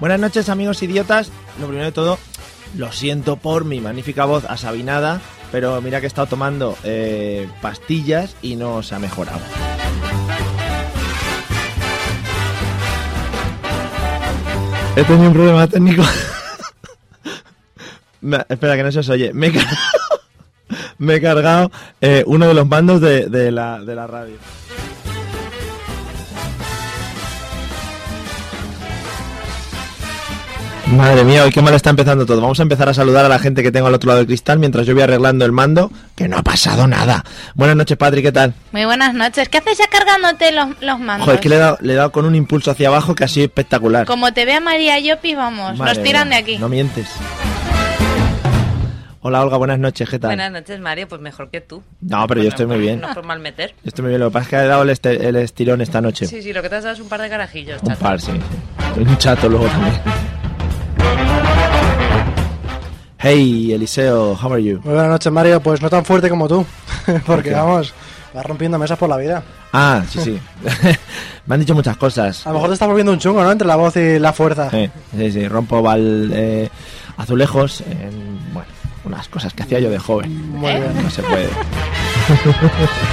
Buenas noches, amigos idiotas. Lo primero de todo, lo siento por mi magnífica voz asabinada, pero mira que he estado tomando eh, pastillas y no se ha mejorado. He tenido Este un problema técnico. Me- espera, que no se os oye. Me he cargado, me he cargado, eh, uno de los mandos de, de la, de la radio. Madre mía, hoy qué mal está empezando todo. Vamos a empezar a saludar a la gente que tengo al otro lado del cristal mientras yo voy arreglando el mando, que no ha pasado nada. Buenas noches, Patri, ¿qué tal? Muy buenas noches. ¿Qué haces ya cargándote los, los mandos? Joder, es que le he, dado, le he dado con un impulso hacia abajo que ha sido espectacular. Como te vea María Yopi, vamos, Madre nos tiran mía, de aquí. No mientes. Hola, Olga, buenas noches, ¿qué tal? Buenas noches, Mario. Pues mejor que tú. No, pero yo estoy muy bien. No por mal meter. Yo estoy muy bien, lo que pasa es que he dado el, este- el estirón esta noche. Sí. sí, lo que te has dado es un par de carajillos, Un chato. par, sí. Un chato luego también. Hey, Eliseo, how are you? Muy buenas noches, Mario. Pues no tan fuerte como tú, porque vamos, vas rompiendo mesas por la vida. Ah, sí, sí. Me han dicho muchas cosas. A lo mejor te estás volviendo un chungo, ¿no? Entre la voz y la fuerza. Eh, sí, sí, rompo bal, eh, azulejos. en- bueno, unas cosas que hacía yo de joven. Eh, Muy bien. No se puede.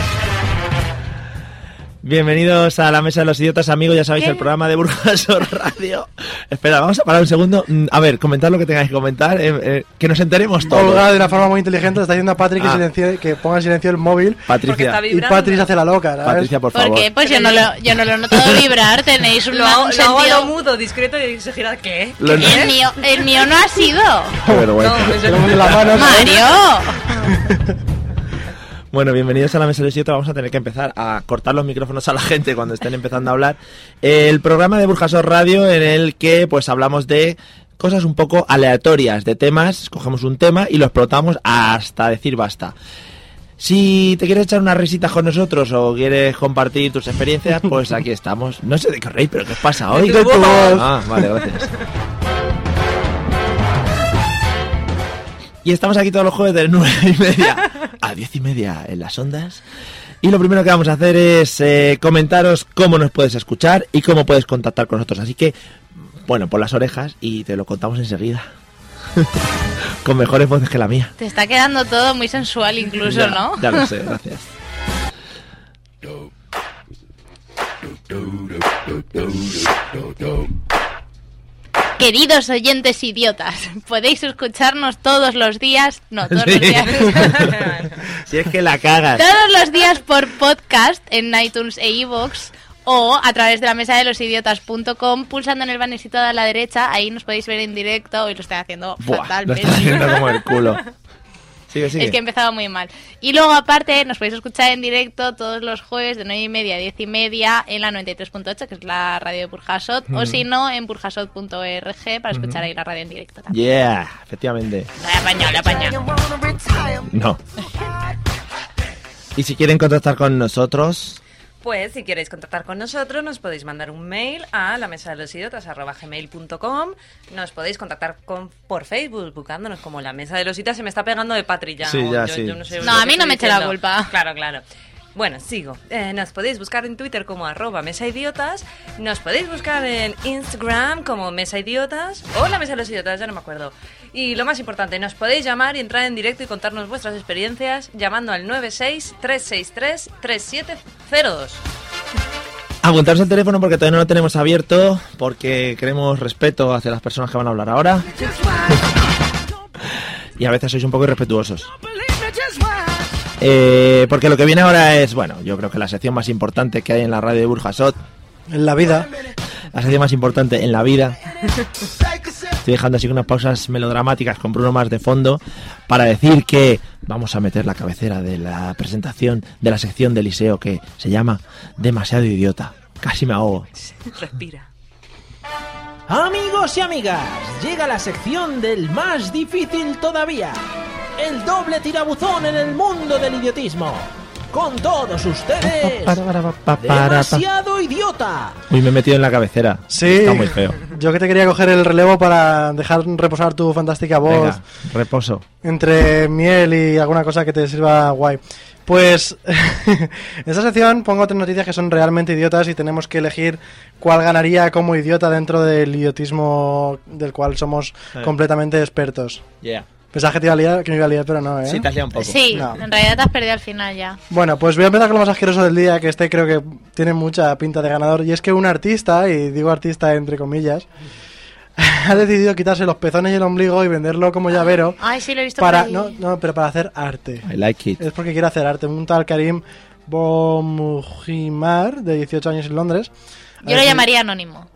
Bienvenidos a la Mesa de los Idiotas, amigos. Ya sabéis, ¿Qué? el programa de Burgasor Radio. Espera, vamos a parar un segundo. Mm, A ver, comentad lo que tengáis que comentar. eh, eh, que nos enteremos todos. Olga, de una forma muy inteligente, le está diciendo a Patrick que Ah. silencie- que ponga en silencio el móvil. Porque Patricia, está Y vibrando. Patrick se hace la loca, ¿sabes? Patricia, por ¿Por favor. qué? Pues yo no lo, yo no lo noto vibrar. Tenéis un, Lo hago, un lo hago a lo sentido. mudo, ¿eh? discreto y se gira. ¿Qué? Lo- El mío, el mío no ha sido. Qué vergüenza. No, eso- Le pone la mano, ¿sabes? Mario. Bueno, bienvenidos a la mesa de los idiotas. Vamos a tener que empezar a cortar los micrófonos a la gente cuando estén empezando a hablar. El programa de Burjasor Radio en el que pues hablamos de cosas un poco aleatorias, de temas, cogemos un tema y lo explotamos hasta decir basta. Si te quieres echar unas risitas con nosotros o quieres compartir tus experiencias, pues aquí estamos. No sé de qué reír, pero ¿qué os pasa hoy? De tu voz. Ah, vale, gracias. Y estamos aquí todos los jueves de 9 y media a 10 y media en las ondas. Y lo primero que vamos a hacer es eh, comentaros cómo nos puedes escuchar y cómo puedes contactar con nosotros. Así que, bueno, por las orejas y te lo contamos enseguida. con mejores voces que la mía. Te está quedando todo muy sensual incluso, Ya, ¿no? Ya lo sé, gracias. Queridos oyentes idiotas, podéis escucharnos todos los días. No, todos Sí. los días. Si es que la cagas. todos los días por podcast en iTunes e iVoox o a través de la mesa de los idiotas.com pulsando en el bannercito de la derecha, ahí nos podéis ver en directo, hoy lo estoy haciendo Buah, lo fatalmente. estás haciendo como el culo. Sigue, sigue. Es que he empezado muy mal. Y luego, aparte, nos podéis escuchar en directo todos los jueves de 9 y media a 10 y media en la 93.8, que es la radio de Burjasot, o si no, en burjasot.org para escuchar ahí la radio en directo también. Yeah, efectivamente. La apañado, la he apañado. No. Y si quieren contactar con nosotros, Pues si queréis contactar con nosotros, nos podéis mandar un mail a la mesa de los idiotas gmail.com. Nos podéis contactar con, por Facebook, buscándonos como la mesa de los idiotas. Se me está pegando de Patri ya. Sí, ya, Yo- sí. yo no sé No, lo que a mí no estoy me eche la diciendo. culpa. Claro, claro. Bueno, sigo. Eh, nos podéis buscar en Twitter como arroba mesaidiotas, nos podéis buscar en Instagram como mesaidiotas o la mesa de los idiotas, ya no me acuerdo. Y lo más importante, nos podéis llamar y entrar en directo y contarnos vuestras experiencias llamando al 96-363-3702. Aguantaros el teléfono porque todavía no lo tenemos abierto, porque queremos respeto hacia las personas que van a hablar ahora. y a veces sois un poco irrespetuosos. Eh, porque lo que viene ahora es, bueno, yo creo que la sección más importante que hay en la radio de Burjasot, En la vida. la sección más importante en la vida. Estoy dejando así unas pausas melodramáticas con Bruno más de fondo para decir que vamos a meter la cabecera de la presentación de la sección de Liceo que se llama Demasiado Idiota. Casi me ahogo. Respira. Amigos y amigas, llega la sección del más difícil todavía. El doble tirabuzón en el mundo del idiotismo. Con todos ustedes. Demasiado idiota. Uy, me he metido en la cabecera. Sí. Está muy feo. Yo que te quería coger el relevo para dejar reposar tu fantástica voz Venga, reposo. entre miel y alguna cosa que te sirva guay. Pues en esta sección pongo tres noticias que son realmente idiotas y tenemos que elegir cuál ganaría como idiota dentro del idiotismo del cual somos Sí. completamente expertos. Yeah. Pensaba que, te iba a liar, que me iba a liar, pero no, ¿eh? Sí, te has liado un poco. Sí, No. en realidad te has perdido al final ya. Bueno, pues voy a empezar con lo más asqueroso del día, que este creo que tiene mucha pinta de ganador, y es que un artista, y digo artista entre comillas, ha decidido quitarse los pezones y el ombligo y venderlo como llavero Ay, sí, lo he visto para... por ahí. No, no, pero para hacer arte. I like it. Es porque quiere hacer arte. Un tal Karim Bomujimar, de 18 años en Londres. Yo lo llamaría anónimo.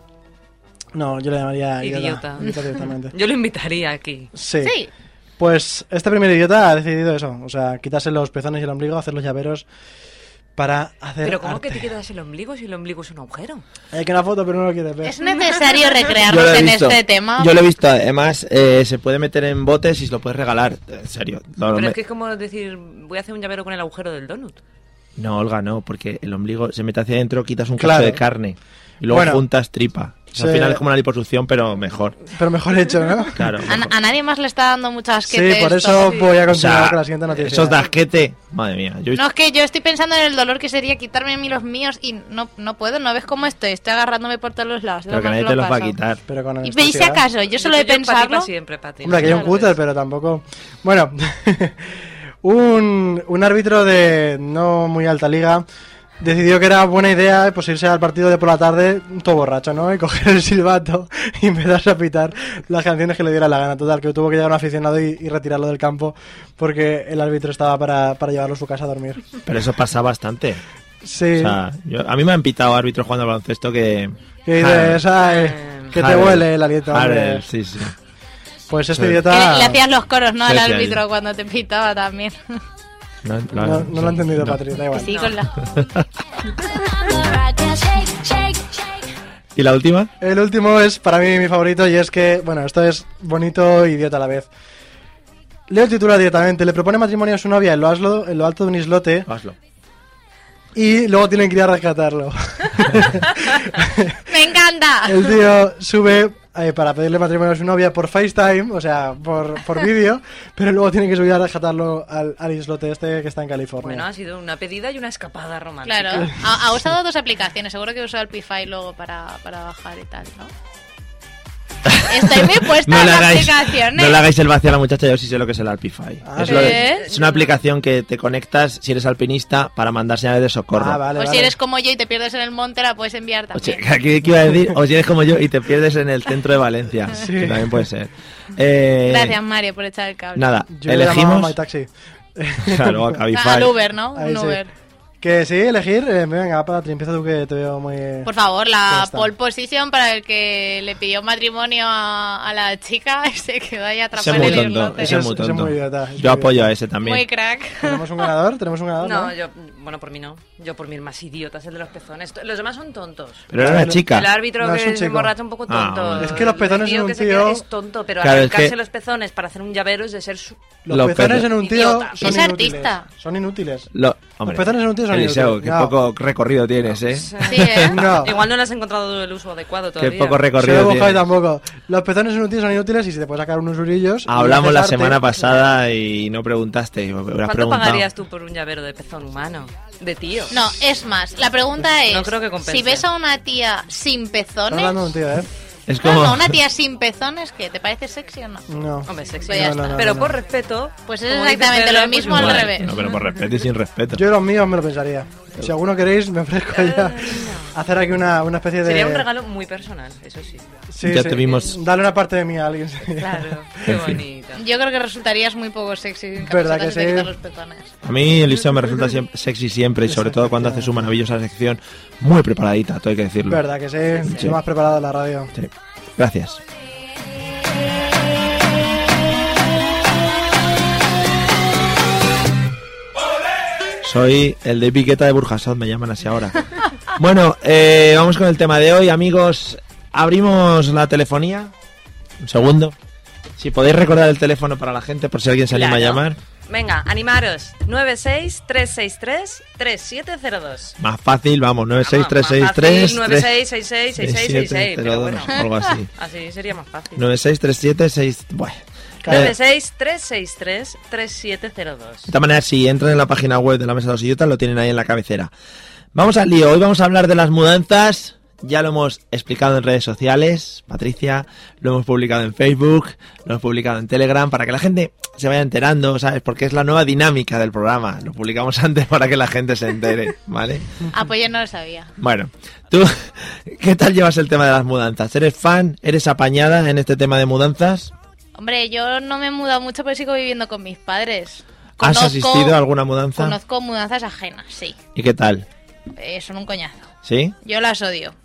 No, yo le llamaría Idiota. directamente. Yo lo invitaría aquí. Sí. Sí. Pues este primer idiota ha decidido eso, o sea, quitarse los pezones y el ombligo, hacer los llaveros para hacer Pero ¿cómo arte. que te quedas el ombligo si el ombligo es un agujero? Hay que una foto, pero no lo quiere ver. Es Yo necesario lo recrearnos he en visto. este tema. Yo lo he visto. Además, eh, se puede meter en botes y se lo puedes regalar. En serio. No, Pero me- es que es como decir, voy a hacer un llavero con el agujero del donut. No, Olga, no, porque el ombligo se mete hacia adentro, quitas un Claro. cacho de carne y luego Bueno. juntas tripa. O sea, Se- Al final es como una liposucción, pero mejor. Pero mejor hecho, ¿no? Claro. A, mejor. a nadie más le está dando muchas Sí, asquete por esto. eso voy a O continuar sea, con la siguiente noticia. Esos de asquete. Madre mía. Yo, No, es que yo estoy pensando en el dolor que sería quitarme a mí los míos y no, no puedo, no ves cómo estoy, estoy agarrándome por todos los lados. de pero lo que mal nadie lo te los va a paso. quitar. Pero con Y honestidad. veis si acaso, yo solo he Yo, yo, Pati, pensado. pa' siempre, Pati. Hombre, aquí hay un Claro que cúter, es. pero tampoco. Bueno, un, un árbitro de no muy alta liga decidió que era buena idea pues irse al partido de por la tarde todo borracho, ¿no? Y coger el silbato y empezar a pitar las canciones que le diera la gana. Total, que tuvo que llegar un aficionado y, y retirarlo del campo porque el árbitro estaba para, para llevarlo a su casa a dormir. Pero eso pasa bastante. Sí. O sea, yo- a mí me han pitado árbitros jugando al baloncesto que. que dices, "Ay, que te Harel, huele el aliento. hombre". Harel, sí, sí. Pues este Sí. Que idiota... le, Ah. le hacías los coros, ¿no? Sí, Al sí, árbitro ahí. cuando te pitaba también. No, No, no lo ha entendido, no. Patrick, da igual. Sí, con la... ¿Y la última? El último es para mí mi favorito y es que, bueno, esto es bonito e idiota a la vez. Leo el titular directamente, le propone matrimonio a su novia en lo, aslo- en lo alto de un islote Hazlo. y luego tienen que ir a rescatarlo. ¡Me encanta! El tío sube eh, para pedirle matrimonio a su novia por FaceTime, o sea, por, por vídeo, pero luego tienen que subir a rescatarlo al, al islote este que está en California. Bueno, ha sido una pedida y una escapada romántica. Claro. Ha, ha usado dos aplicaciones, seguro que usó Alpify luego para, para bajar y tal, ¿no? Estoy muy puesta No en le, las hagáis, aplicaciones. no le hagáis el vacío a la muchacha, yo sí sé lo que es el Alpify. Ah, es, lo de- ¿Eh? es una aplicación que te conectas si eres alpinista para mandar señales de socorro. Ah, vale, o Pues si vale. eres como yo y te pierdes en el monte, la puedes enviar O sea, también. ¿qué, qué iba a decir? O si eres como yo y te pierdes en el centro de Valencia. Que también puede ser. Eh, Gracias, Mario, por echar el cable. Nada, Yo le llamaba a elegimos. My Taxi. Claro, a Ah, Cabify. Al Uber, ¿no? Ahí Un sí. Uber. Que sí, elegir. eh, venga, Patri, empieza tú que te veo muy... Por favor, Ya la está. pole position para el que le pidió matrimonio a, a la chica y se quedó ahí Ese atrapado es en muy el tonto. islote. Ese es Ese es- muy ese es tonto. muy idiota, ese es muy Yo apoyo a ese Muy también. crack. ¿Tenemos un ganador? ¿Tenemos un ganador? Ah, No, yo, bueno, por mí no. Yo por mí el más idiota es el de los pezones. Los demás son tontos. Pero era una Claro. chica. El árbitro No, es un que se chico. emborracha un poco Ah, tonto. bueno. Es que los El pezones tío en un que se queda tío- es tonto, pero Claro, es arrancarse que- los pezones para hacer un llavero es de ser su... Los, Los pezones pezones. en un tío Idiota. son Es inútiles. artista. Son inútiles. Lo- hombre, pezones en un tío son Eliseo, inútiles. qué No. poco recorrido tienes, ¿eh? Sí, ¿eh? No. Igual no le has encontrado el uso adecuado Qué todavía. poco Se lo recorrido he buscado y tienes. tampoco. Los pezones en un tío son inútiles y si te puedes sacar unos urillos. y Hablamos haces la arte- semana pasada y no preguntaste. y me hubieras ¿Cuánto preguntado. pagarías tú por un llavero de pezón humano? de tío. No, es más, la pregunta es, No creo que compense. si ves a una tía sin Estás pezones... hablando de un tío, ¿eh? Es No, como. no, una tía sin pezones, ¿qué? ¿Te parece sexy o no? No. Hombre, sexy. Pues ya no, está. no, no, pero por respeto. Pues es como dice exactamente Pedro, lo pues mismo al igual. revés. No, pero por respeto y sin respeto. Yo los míos me lo pensaría. Si alguno queréis, me ofrezco ya a hacer aquí una, una especie de... Sería un regalo muy personal, eso sí. Sí, Ya sí. te vimos. Dale una parte de mí a alguien. sí. Claro, qué bonita. Yo creo que resultarías muy poco sexy sin ¿Verdad camiseta que si te sí? quitas los pezones. A mí Eliseo me resulta siempre- sexy siempre y sobre todo cuando hace su maravillosa sección muy preparadita, todo hay que decirlo. Verdad que sí, Sí. lo más preparado de la radio. Sí. Gracias. Soy el de Piqueta de Burjasot, me llaman así ahora. Bueno, eh, vamos con el tema de hoy, amigos. Abrimos la telefonía. Un segundo. Si podéis recordar el teléfono para la gente, por si alguien se anima a Claro. llamar. Venga, animaros. 963633702. Más fácil, vamos, tres 96363. 9666666. Pero bueno, Algo así. así sería más fácil. 96376. Bueno. Eh, 963633702. De esta manera, si entran en la página web de la Mesa de los Idiotas, lo tienen ahí en la cabecera. Vamos al lío. Hoy vamos a hablar de las mudanzas. Ya lo hemos explicado en redes sociales, Patricia. Lo hemos publicado en Facebook. Lo hemos publicado en Telegram para que la gente se vaya enterando, ¿sabes? Porque es la nueva dinámica del programa. Lo publicamos antes para que la gente se entere, ¿vale? Ah, pues yo no lo sabía. Bueno, tú, ¿qué tal llevas el tema de las mudanzas? ¿Eres fan? ¿Eres apañada en este tema de mudanzas? Hombre, yo no me he mudado mucho, pero sigo viviendo con mis padres. ¿Has Conozco- asistido a alguna mudanza? Conozco mudanzas ajenas, sí. ¿Y qué tal? Eh, son un coñazo. ¿Sí? Yo las odio.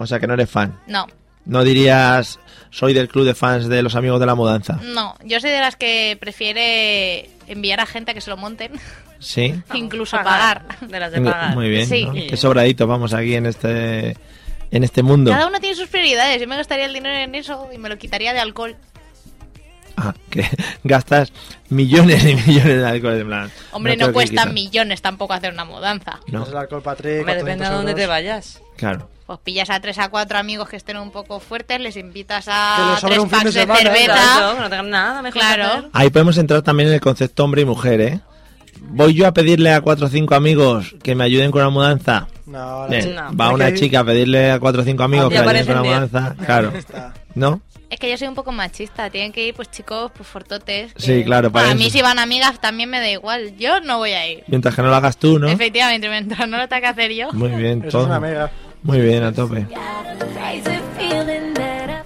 O sea que no eres fan. No, No dirías, soy del club de fans de los amigos de la mudanza. no. Yo soy de las que prefiere enviar a gente a que se lo monten, Sí. incluso pagar. Ah, De las de pagar. Muy bien. Sí. ¿no? Qué sobraditos vamos aquí en este, en este mundo. Cada uno tiene sus prioridades. Yo me gastaría el dinero en eso y me lo quitaría de alcohol. Ah, que gastas millones y millones de alcohol. en plan, Hombre, tengo no, que cuestan quitar. millones tampoco hacer una mudanza. No, Es el alcohol, Patrick. Me depende a 400 dónde te euros. vayas. claro. Pues pillas a tres a cuatro amigos que estén un poco fuertes, les invitas Que a les sobre tres un fin de packs de, semana, ¿eh? cerveza. Claro, que no tengan nada mejor. Claro. que hacer. Ahí podemos entrar también en el concepto hombre y mujer, ¿eh? Voy yo a pedirle a cuatro o cingo amigos que me ayuden con la mudanza. No, ahora Bien, sí. No. Va Es una que- chica a pedirle a cuatro o cinco amigos Ah, que ya le ayuden con la parecen mudanza. Claro. Está. ¿No? Es que yo soy un poco machista, tienen que ir pues chicos, pues fortotes. que- Sí, claro, para a eso. mí si van amigas también me da igual, yo no voy a ir. Mientras que no lo hagas tú, ¿no? Efectivamente, mientras no lo tenga que hacer yo. Muy bien, Eso todo. es una mega. Muy bien, a tope.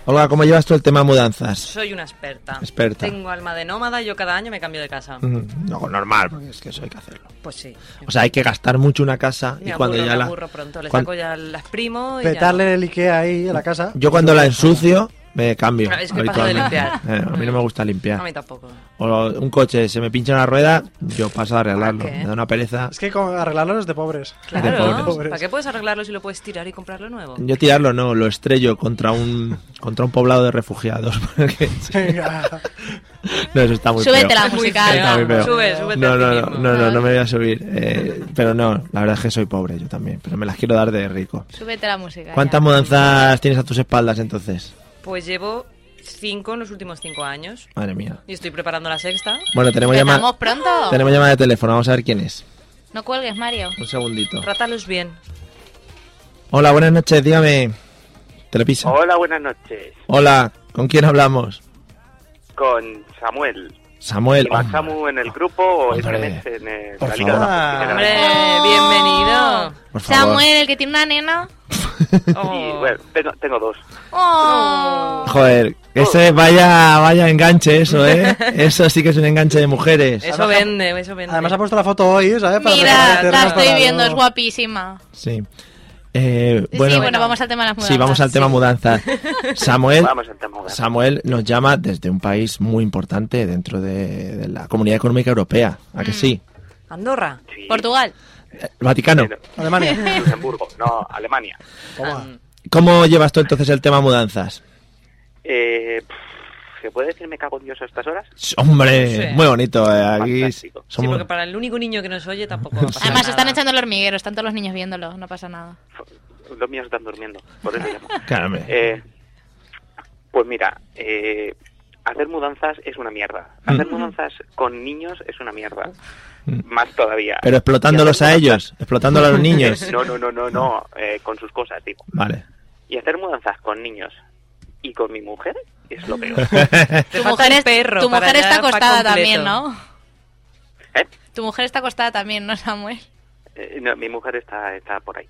Olga, ¿cómo llevas tú el tema mudanzas? Soy una experta. Experta. Tengo alma de nómada y yo cada año me cambio de casa. Mm, No, normal, porque es que eso hay que hacerlo. Pues sí. O sea, hay que gastar mucho una casa y Me cuando aburro, ya me la. aburro pronto. Le cuan- saco ya las primo y ya Petarle el Ikea ahí a la casa. Yo cuando la ensucio me cambio. Ah, es que paso de habitualmente. limpiar. Eh, a mí no me gusta no. A limpiar. mí tampoco. O un coche se me pincha una rueda, yo paso a arreglarlo. ¿Ah, qué? Me da una pereza. Es que con arreglarlo es de pobres. Claro. pobres. ¿Para qué puedes arreglarlo si lo puedes tirar y comprarlo nuevo? Yo tirarlo no, lo estrello contra un contra un poblado de refugiados. porque- Venga. no, eso está muy Súbete feo. la música. ¿eh? feo. Alba. muy feo. Sube, súbete No, a ti no, no, mismo. no, no, no me voy a subir. Eh, pero no, la verdad es que soy pobre yo también, pero me las quiero dar de rico. Súbete la música. ¿Cuántas mudanzas tienes a tus espaldas entonces? Pues llevo cinco en los últimos cinco años Madre mía. y estoy preparando la sexta. Bueno, tenemos ¿Estamos llamada, pronto? tenemos llamada de teléfono, vamos a ver quién es. No cuelgues, Mario. Un segundito. Trátalos bien. Hola, buenas noches, dígame. Telepisa. Hola, buenas noches. Hola, ¿con quién hablamos? Con Samuel. Samuel. ¿Lleva Oh, Samu en el grupo o Hombre. simplemente en el- Por la Liga de la favor. Justicia? Hombre, Oh. Eh, bienvenido. Por favor. Samuel, el que tiene una nena. Y, Oh. bueno, tengo, tengo dos. Oh. Joder, ese vaya, vaya enganche eso, ¿eh? Eso sí que es un enganche de mujeres. Eso vende, eso vende. Además ha puesto la foto hoy, ¿sabes? Para Mira, reconocernos la estoy para viendo, es luego. guapísima. Sí. Eh, Sí, bueno, vamos al tema de las mudanzas. Sí, vamos al tema sí. mudanzas. Samuel, Vamos al tema. Samuel nos llama desde un país muy importante dentro de, de la Comunidad Económica Europea. ¿A Mm. que sí? Andorra. Sí, Portugal. El Vaticano. pero- Alemania. Luxemburgo, no, Alemania. Toma. ¿Cómo llevas tú entonces el tema mudanzas? Eh, pff, ¿Se puede decir me cago en Dios a estas horas? Hombre, Sí. muy bonito. eh, Aquí Fantástico. Sí, somos... porque para el único niño que nos oye tampoco va a pasar Además, nada. están echando el hormiguero, están todos los niños viéndolo, no pasa nada. F- Los Eh, míos están durmiendo, por eso llamo. Caramba. Eh, pues mira, eh, hacer mudanzas es una mierda. Hacer mudanzas con niños es una mierda. Más todavía. Pero explotándolos a ellos, explotándolos a los niños. No, no, no, no, no, eh, con sus cosas, tipo. Vale. Y hacer mudanzas con niños y con mi mujer es lo peor. Tu falta mujer, el es- perro tu para mujer ya está el pack acostada completo. también, ¿no? ¿Eh? Tu mujer está acostada también, ¿no, Samuel? Eh, no, mi mujer está, está por ahí.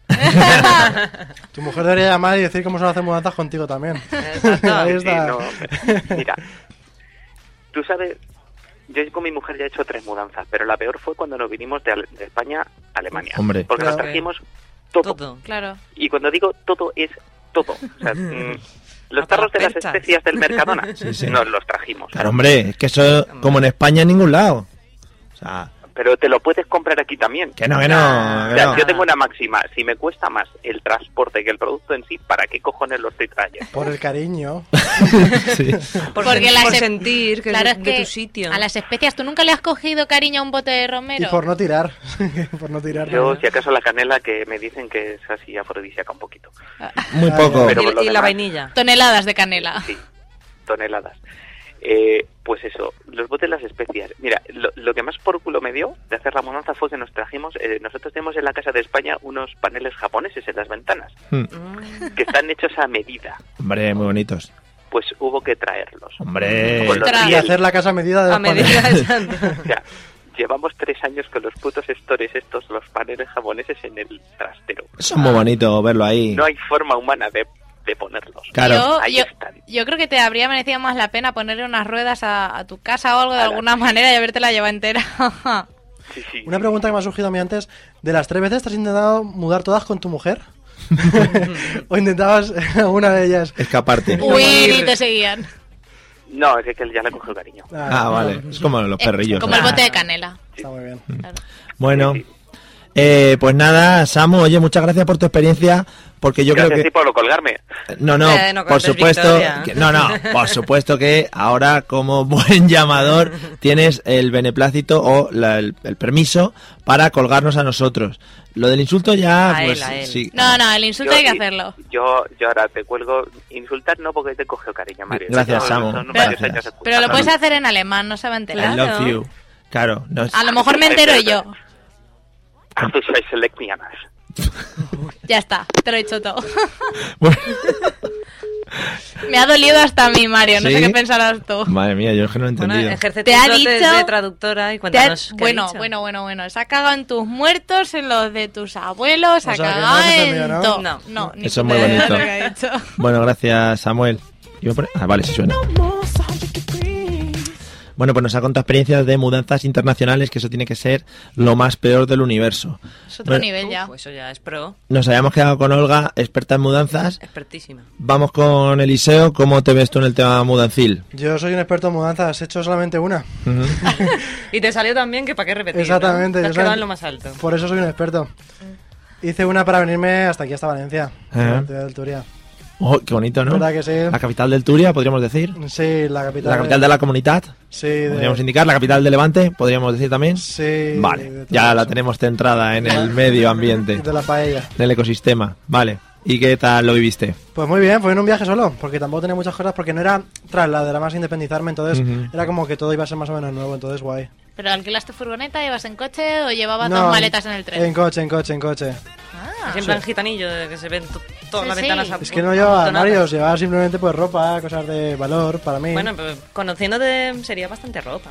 Tu mujer debería llamar y decir cómo se hacen mudanzas contigo también. Ahí Sí, está. no, mira, tú sabes, yo con mi mujer ya he hecho tres mudanzas, pero la peor fue cuando nos vinimos de, Ale- de España a Alemania. Hombre. Porque nos Claro. trajimos todo. Todo. Claro. Y cuando digo todo, es todo. O sea, mm, los Hasta tarros de las las perchas. especias del Mercadona sí. nos los trajimos. Claro, hombre, es que eso como en España en ningún lado. O sea, Pero te lo puedes comprar aquí también. que no, que no, O que sea, no. Yo tengo una máxima. Si me cuesta más el transporte que el producto en sí, ¿para qué cojones lo estoy trayendo? Por el cariño. Sí. Por, Porque sen- las por e- sentir que claro, es es de que tu sitio. A las especias, ¿tú nunca le has cogido cariño a un bote de Y romero? por no tirar. por no tirar. Yo, si acaso, la canela que me dicen que es así afrodisíaca un poquito. Muy poco. Pero Y- por lo y, la demás- vainilla. Toneladas de canela. Sí, toneladas. Eh, pues eso, los botes, las especias. Mira, lo, lo que más por culo me dio de hacer la mudanza fue que nos trajimos, eh, nosotros tenemos en la casa de España unos paneles japoneses en las ventanas, Mm, que están hechos a medida. Hombre, muy bonitos. Pues hubo que traerlos. Hombre. Con los Ostras. Eh, Y pies, hacer la casa a medida de A los paneles. medida exacto. o sea, llevamos tres años con los putos stores estos, los paneles japoneses en el trastero. Eso es muy bonito verlo ahí. No hay forma humana de, de ponerlos. Claro. Yo, Ahí yo- están. yo creo que te habría merecido más la pena ponerle unas ruedas a, a tu casa o algo de Ala. alguna manera y habértela llevado entera. Sí, sí. Una pregunta que me ha surgido a mí antes. ¿De las tres veces te has intentado mudar todas con tu mujer? ¿O intentabas alguna de ellas? Escaparte. Uy, y te seguían. No, es que ya le cogió cariño. Ah, vale. Es como los Eh, perrillos. como ¿no? el bote de canela. Está muy bien. Bueno, Sí, sí. eh, pues nada, Samu, oye, muchas gracias por tu experiencia, porque yo Gracias creo a ti que... por lo colgarme. No, no, Eh, no por cortes, supuesto, Victoria. que- no, no, por supuesto que ahora como buen llamador tienes el beneplácito o la- el, el permiso para colgarnos a nosotros. Lo del insulto ya, A pues él, a él. sí. No, no, el insulto Yo- hay que y- Ah, hacerlo. Yo, yo ahora te cuelgo. Insultar no, porque te cogió cariño, Mario. Gracias, Son- Samu. son Pero- varios años escuchando. Pero lo puedes hacer en alemán, no se va a I enterar. love you. Claro, no es- A lo mejor me entero yo. Antes soy select me amas. Ya está, te lo he dicho todo. Bueno, Me ha dolido hasta a mí, Mario. No ¿Sí? sé qué pensarás tú. Madre mía, yo es que no he Bueno, entendido. ejerce Te tu ha dotes dicho- de traductora Te y ha- cuéntanos. qué ha bueno, dicho. bueno, bueno, bueno. Se ha cagado en tus muertos, en los de tus abuelos, se O sea, ha que no cagado has en entendido, ¿no? todo. No. no, ni Eso es puta muy idea de lo bonito. que ha dicho. Bueno, gracias, Samuel. Iba a poner- Ah, vale, sí suena. Bueno, pues nos ha contado experiencias de mudanzas internacionales, que eso tiene que ser lo más peor del universo. Es otro Bueno, nivel ya. Uf, eso ya es pro, Nos habíamos quedado con Olga, experta en mudanzas. expertísima. Vamos con Eliseo, ¿cómo te ves tú en el tema mudancil? Yo soy un experto en mudanzas. He hecho solamente una. Y te salió también que para qué repetir. Exactamente. ¿no? Te yo has quedado soy- en lo más alto. Por eso soy un experto. Hice una para venirme hasta aquí, hasta Valencia. Ajá. de Alturia. Oh, qué bonito, ¿no? ¿Verdad que sí? La capital del Turia, podríamos decir. Sí, la capital. La capital de la comunidad, Sí, de- podríamos indicar. La capital de Levante, podríamos decir también. Sí. Vale, de todo ya la eso. tenemos centrada en el medio ambiente, De la paella. del ecosistema. Vale, ¿y qué tal lo viviste? Pues muy bien, fue en un viaje solo, porque tampoco tenía muchas cosas, porque no era traslado, era más independizarme, entonces Ujú. era como que todo iba a ser más o menos nuevo, entonces guay. ¿Pero alquilaste furgoneta, ibas en coche o llevabas No, dos en- maletas en el tren? Ah. En coche, en coche, en coche. Así en plan gitanillo, de que se ven to- todas Sí, las sí. ventanas a- Es que no llevaba amontonadas. armarios, llevaba simplemente pues ropa, cosas de valor para mí. Bueno, pero conociéndote sería bastante ropa.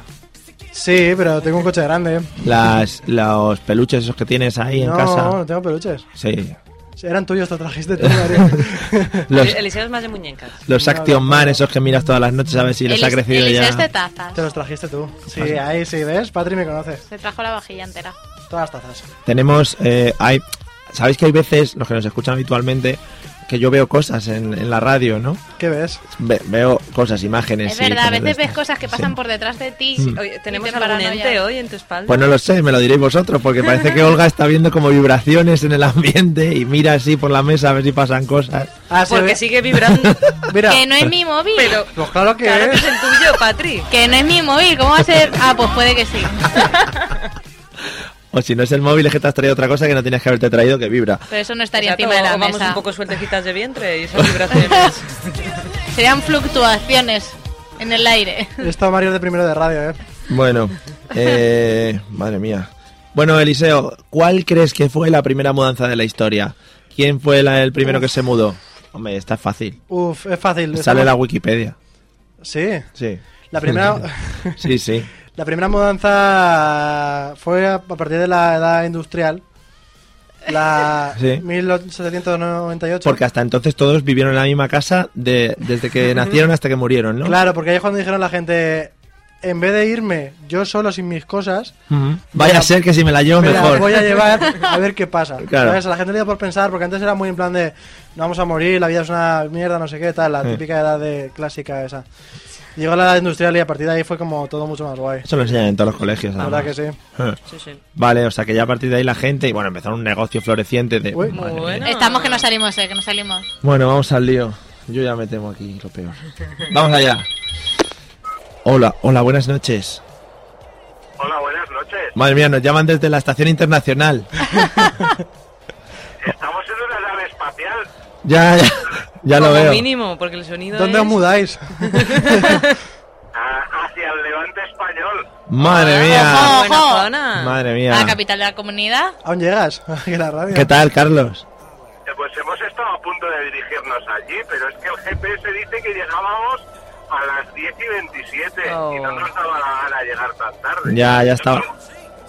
sí, pero tengo un coche grande. Las, los peluches esos que tienes ahí no, en casa. no tengo peluches. Sí. Eran tuyos, te trajiste tú, Mario. Los, Eliseo es más de muñecas. los Action Man esos que miras todas las noches a ver si les ha Elis- crecido Eliseo ya. es de tazas. te los trajiste tú. Sí, ahí sí, ¿ves? Patri me conoce. Se trajo la vajilla entera. Todas las tazas. Tenemos, eh, hay, sabéis que hay veces, los que nos escuchan habitualmente, que yo veo cosas en, en la radio, ¿no? ¿Qué ves? Ve- veo cosas, imágenes. es y verdad, a veces de ves estas. cosas que Sí. pasan por detrás de ti. Oye, ¿tenemos Y te algún paranoia. ente hoy en tu espalda? Pues no lo sé, me lo diréis vosotros, porque parece que Olga está viendo como vibraciones en el ambiente y mira así por la mesa a ver si pasan cosas. Ah, sí, Porque ve- sigue vibrando. Mira, Que no es mi móvil. pero pues claro que claro que es. es el tuyo, Patri. Que no es mi móvil, ¿cómo va a ser? Ah, pues puede que sí. O si no es el móvil, es que te has traído otra cosa que no tenías que haberte traído que vibra. Pero eso no estaría Exacto, encima de o la vamos mesa. un poco sueltecitas de vientre y esas vibraciones. Serían fluctuaciones En el aire. Esto Mario es de primero de radio, ¿eh? Bueno, eh, madre mía. Bueno, Eliseo, ¿cuál crees que fue la primera mudanza de la historia? ¿Quién fue la- el primero que se mudó? Hombre, está fácil. Uf, es fácil. Pues Sale Estamos- la Wikipedia. Sí. Sí. La primera, Sí, sí. la primera mudanza fue a a partir de la edad industrial. La Sí. 1798. Porque hasta entonces todos vivieron en la misma casa de- desde que nacieron hasta que murieron, ¿no? Claro, porque ahí es cuando dijeron la gente, en vez de irme yo solo sin mis cosas, Ujú. Vaya a ser que si me la llevo me las mejor. voy a llevar a ver qué pasa. Claro. ¿Sabes? A la gente le dio por pensar, porque antes era muy en plan de, no vamos a morir, la vida es una mierda, no sé qué, tal, la Eh. típica edad de clásica esa. Llegó la edad industrial y a partir de ahí fue como todo mucho más guay. Eso lo enseñan en todos los colegios. La además. verdad que sí. Eh. Sí, sí. Vale, o sea que ya a partir de ahí la gente, y bueno, empezaron un negocio floreciente de... Uy. Madre mía. Bueno. Estamos que no salimos, eh, que no salimos. Bueno, vamos al lío. Yo ya me temo aquí lo peor. Vamos allá. Hola, hola, buenas noches. Hola, buenas noches. Madre mía, nos llaman desde la estación internacional. Estamos en una nave espacial. Ya, ya, ya lo Como veo. mínimo, porque el sonido ¿Dónde es... os mudáis? a- hacia el levante español. Madre mía. Ojo. Buena zona. Madre A la mía. capital de la comunidad. ¿Aún llegas? Aquí la radio. ¿Qué tal, Carlos? Eh, Pues hemos estado a punto de dirigirnos allí, pero es que el GPS dice que llegábamos a las 10 y 27 y no Oh. nos daba la gana llegar tan tarde. Ya, ya estaba.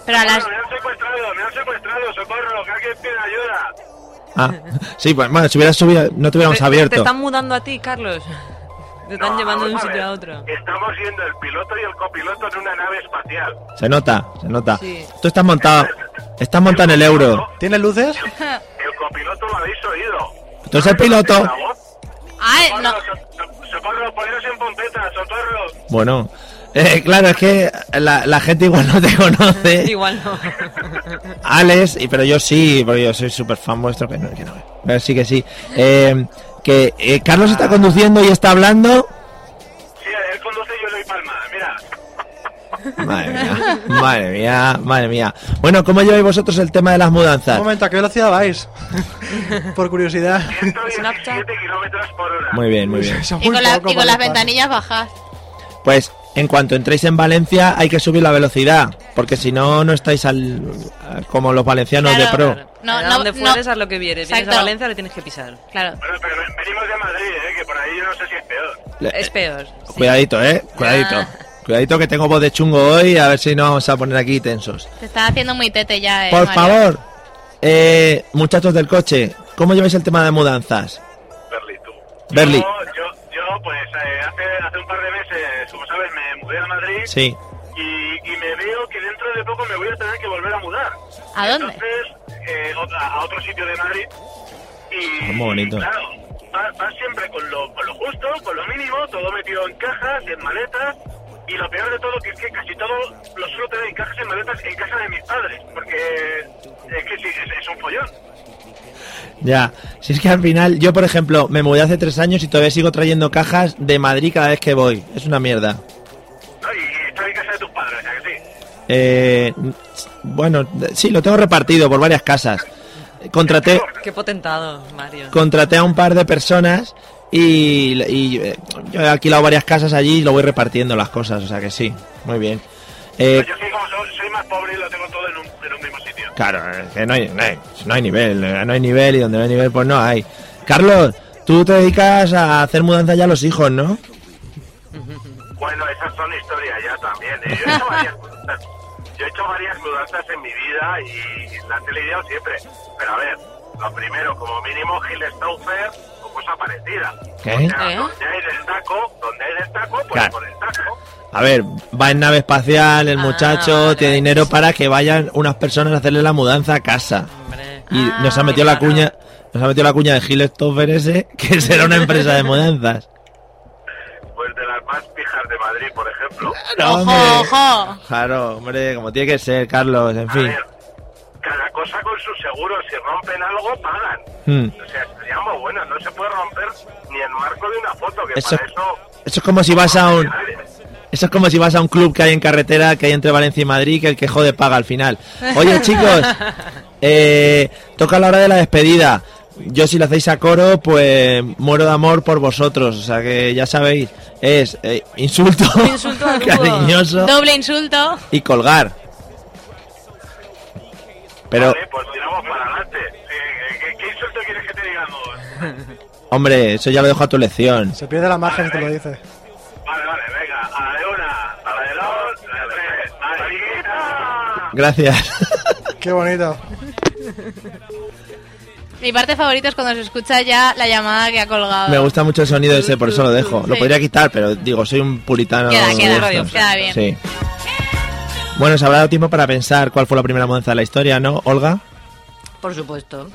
Pero a las. Bueno, me han secuestrado, me han secuestrado, socorro, que alguien pida ayuda. Ah, sí, pues bueno, si hubieras subido, no te hubiéramos Te- Te abierto. están mudando a ti, Carlos. Te están No, llevando de un vamos sitio ver, a otro. Estamos yendo el piloto y el copiloto en una nave espacial. Se nota, se nota. Sí. Tú estás montado, estás montado en el euro. ¿Tienes luces? El copiloto lo habéis oído. Tú eres el piloto. ¿La voz? Ay, no. Socorro, so- socorro, poneros en punteta, socorro. Bueno, eh, claro, es que la, la gente igual no te conoce. Igual no. Alex, y- pero yo sí, porque yo soy súper fan vuestro, que no, que no. Pero sí que sí. Eh, que eh, Carlos está conduciendo y está hablando. Sí, él conduce y yo soy palma. Mira, Madre mía, madre mía, madre mía. Bueno, ¿cómo lleváis vosotros el tema de las Un mudanzas? momento, ¿a qué velocidad vais? Por curiosidad. 117 kilómetros por hora. Muy bien, muy bien. Eso es Y muy con, la- poco y con para las el paso. ventanillas bajas. Pues en cuanto entréis en Valencia hay que subir la velocidad, porque si no, no estáis al, como los valencianos Claro. de pro. No, Allá no, donde no. fueres, haz lo que vieres. Vienes a Exacto. Valencia, le tienes que pisar. Claro. Bueno, pero ven- venimos de Madrid, ¿eh? que por ahí yo no sé si es peor. Le- Es peor. Cuidadito, eh, cuidadito. Cuidadito que tengo voz de chungo hoy, a ver si no vamos a poner aquí tensos. Te estás haciendo muy tete ya, eh. Por Mario. favor, eh, muchachos del coche, ¿cómo lleváis el tema de mudanzas? Berli, tú. Berli. Yo, yo, yo, pues eh, hace, hace un par de meses, como sabes, me mudé a Madrid Sí. y, y me veo que dentro de poco me voy a tener que volver a mudar. ¿A dónde? Entonces, eh, ot- a a otro sitio de Madrid. Y, Ah, muy bonito. y claro, vas vas siempre con lo, con lo justo, con lo mínimo, todo metido en cajas, en maletas. Y lo peor de todo que es que casi todo lo suelo tener en cajas, en maletas, en casa de mis padres. Porque es que sí, es, es un follón. Ya, si es que al final, yo por ejemplo, me mudé hace tres años y todavía sigo trayendo cajas de Madrid cada vez que voy. Es una mierda. ¿no? Y estoy en casa de tus padres, ¿a que sí? Eh, bueno, sí, lo tengo repartido por varias casas. Contraté, Qué potentado, Mario. contraté a un par de personas y, y, eh, yo he alquilado varias casas allí y lo voy repartiendo las cosas, o sea que sí, muy bien. Eh, Pues yo soy como soy, soy más pobre y lo tengo todo en un, en un mismo sitio. claro, eh, que no hay, no, hay, no hay nivel, eh, no hay nivel y donde no hay nivel pues no hay. Carlos, tú te dedicas a hacer mudanza ya a los hijos, ¿no? Bueno, esas son historias ya también. ¿eh? Yo, he hecho varias mudanzas, yo he hecho varias mudanzas en mi vida y las he lidiado siempre. Pero a ver, lo primero, como mínimo, Gil Stauffer o cosa parecida. ¿Qué? O sea, ¿Eh? donde hay del taco, donde hay del taco, pues Claro. por el taco. A ver, va en nave espacial, el Ah, muchacho vale, tiene vale. dinero para que vayan unas personas a hacerle la mudanza a casa. Hombre. Ah, Y nos ha metido la claro. cuña, nos ha metido la cuña de Gilestoffer ese, que será una empresa de mudanzas. Pues de las más pijas de Madrid, por ejemplo. Claro, Ojo, ojo. Claro, hombre, como tiene que ser, Carlos, en A fin. ver, cada cosa con su seguro. Si rompen algo, pagan. Hmm. O sea, sería muy bueno. No se puede romper ni el marco de una foto, que Eso- para eso... Eso es como si vas a un eso es como si vas a un club que hay en carretera, que hay entre Valencia y Madrid, que el que jode paga al final. Oye, chicos, eh, toca la hora de la despedida. Yo si lo hacéis a coro, pues muero de amor por vosotros. O sea que ya sabéis, es eh, insulto, Insulto al grupo. cariñoso Doble insulto. y colgar. Pero, Eh, pues hombre, eso ya lo dejo a tu elección. Se pierde la margen, te lo dice. Gracias. Qué bonito. Mi parte favorita es cuando se escucha ya la llamada que ha colgado. Me gusta mucho el sonido ese, por eso lo dejo. Lo Sí. podría quitar, pero digo, soy un puritano. Queda, de queda, estos. queda bien. Sí. Bueno, se habrá dado tiempo para pensar cuál fue la primera mudanza de la historia, ¿no, Olga? Por supuesto.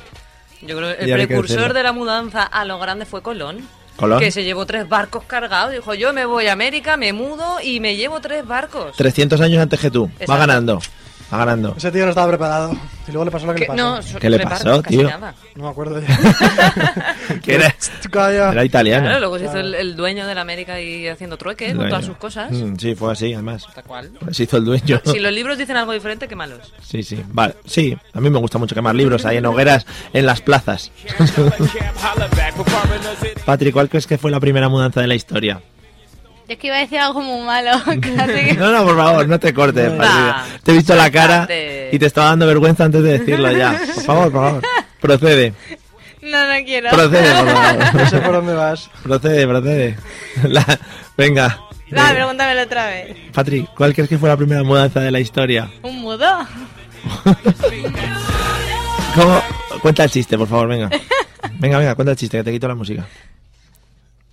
Yo creo Y ahora que hay el que precursor decirlo. Ah. de la mudanza a lo grande fue Colón. Colón. Que se llevó tres barcos cargados. Dijo, yo me voy a América, me mudo y me llevo tres barcos. 300 años antes que tú. Exacto. Va ganando. Va ganando. Ese tío no estaba preparado. Y luego le pasó lo que le ¿Qué? pasó. No, so- ¿Qué le tres pasó, barcos, casi tío? nada. No me acuerdo ya. Que era, Calla. era italiano. Claro, luego se hizo el, el dueño de la América y haciendo trueque con todas sus cosas. Mm, Sí, fue así, además. Tal cual. Se hizo el dueño. Si los libros dicen algo diferente, qué malos. Sí, sí. Vale, sí. A mí me gusta mucho quemar libros ahí en hogueras, en las plazas. Patrick, ¿cuál crees que fue la primera mudanza de la historia? Yo es que iba a decir algo muy malo. casi que- No, no, por favor, no te cortes. Patrick. Te he visto la cara Bastante. y te estaba dando vergüenza antes de decirlo ya. Por favor, por favor. Procede, No, no quiero. procede, por favor. No sé por dónde vas. Procede, procede. La- Venga. Va, pregúntamelo otra vez. Patrick, ¿cuál crees que fue la primera mudanza de la historia? ¿Un mudo? ¿Cómo? Cuenta el chiste, por favor, venga. Venga, venga, cuenta el chiste, que te quito la música.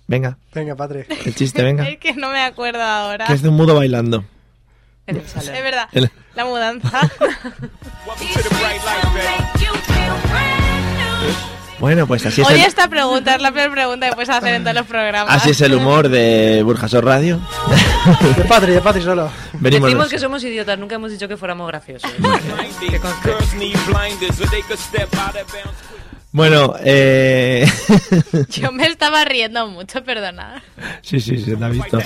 Venga, Venga, Patrick. el chiste, venga. Es que no me acuerdo ahora. Que es de un mudo bailando. Es verdad. El- La mudanza. Bueno, pues así es, Hoy el, esta pregunta es la peor pregunta que puedes hacer en todos los programas. así es el humor de Burjasor Radio. De Patrick, de Patrick solo. Venimos. Decimos que somos idiotas, nunca hemos dicho que fuéramos graciosos. Que conste. Bueno, eh... Yo me estaba riendo mucho, perdonad. sí, sí, se te ha visto.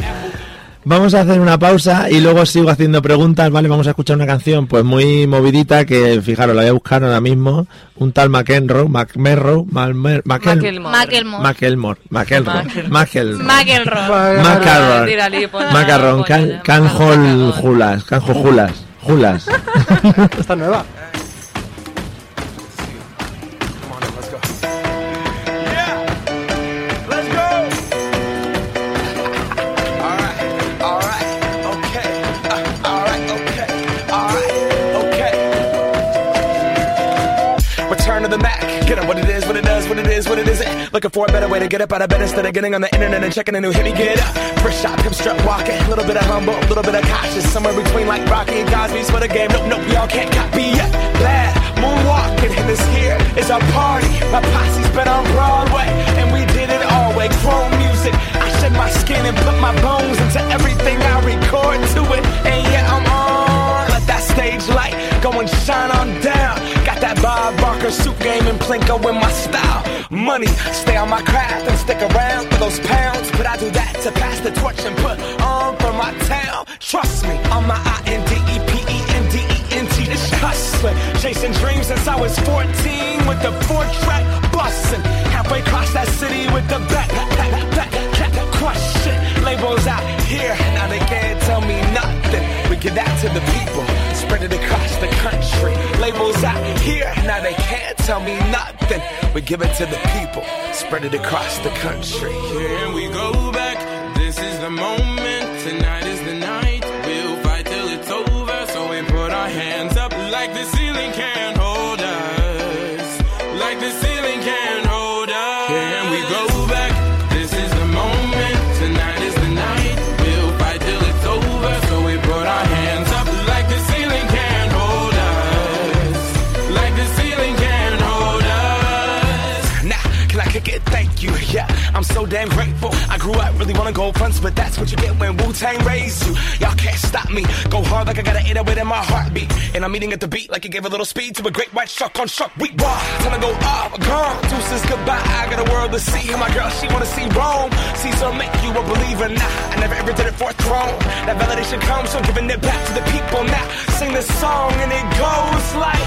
Vamos a hacer una pausa y luego sigo haciendo preguntas, ¿vale? Vamos a escuchar una canción pues muy movidita que, fijaros, la voy a buscar ahora mismo. Un tal McEnroe, McMerrow, Malmer- McEn- McElmore. Macklemore. McElmore, McElroy, McElroy. Macklemore. Macarrón. Tírale, ponla, Macarrón. Can, ponla, ponla, canjol macarrón. julas. Canjo julas. Julas. Está nueva. Uh, Return to the Mac. Get up what it is, what it does, what it is, what it isn't. Looking for a better way to get up out of bed instead of getting on the internet and checking a new hit. Me get up. First shot, come strut walking. A little bit of humble, a little bit of cautious. Somewhere between like Rocky and Cosby's for the game. Nope, nope, y'all can't copy yet. Glad moonwalking. And this here is our party. My posse's been on Broadway. And we did it all way. Chrome music. I shed my skin and put my bones into everything I record to it. And yeah, I'm on. Let that stage light go and shine on down. Got that Bob Barker suit game and Plinko in my style. Money, stay on my craft and stick around for those pounds. But I do that to pass the torch and put on for my town. Trust me, on my I N D E P E N D E N T. This hustling, chasing dreams since I was 14 with the four track busting. Halfway across that city with the back, back, back, back, crush it. Labels out here, now they can't tell me nothing. We give that to the people, spread it across the country. Labels out here, now they can't tell me nothing. We give it to the people, spread it across the country. Here we go back. This is the moment. Tonight is the night. We'll fight till it's over. So we put our hands up like the ceiling can't hold us. Like the ceiling can't hold us. Here we go back. This is the moment. Tonight is the night. We'll fight till it's over. So we put our hands up like the ceiling can't hold us. Like the ceiling can't hold us. Nah, can I kick it? Thank you. Yeah, I'm so damn grateful. I grew up really wanna go fronts, but that's what you get when Wu Tang raised you. Y'all can't stop me. Go hard like I got an 808 in my heartbeat, and I'm eating at the beat like it gave a little speed to a great white shark on shark. We raw. Time to go off, gone. Deuces goodbye. I got a world to see. And My girl, she wanna see Rome. Caesar make you a believer. Nah, I never ever did it for a throne. That validation comes from giving it back to the people. Now sing this song and it goes like.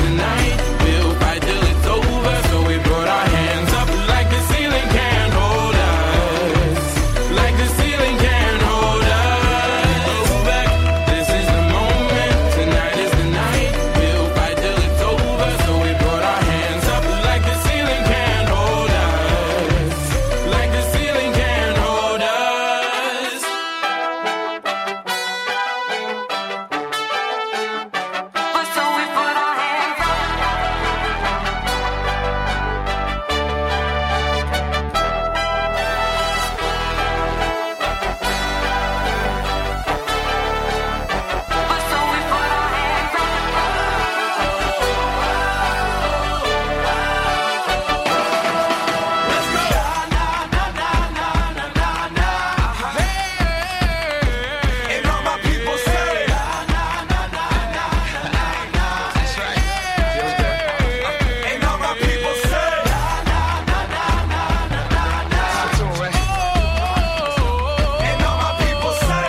the night. We'll fight till it's over. So we put our hands up like the ceiling can't hold us. Like the ceiling can't hold us. Go back. This is the moment. Tonight is the night. We'll fight till it's over. So we put our hands up like the ceiling can't hold us. Like the ceiling can't hold us. And all my people say, That's right. And all my people say, And all my people say,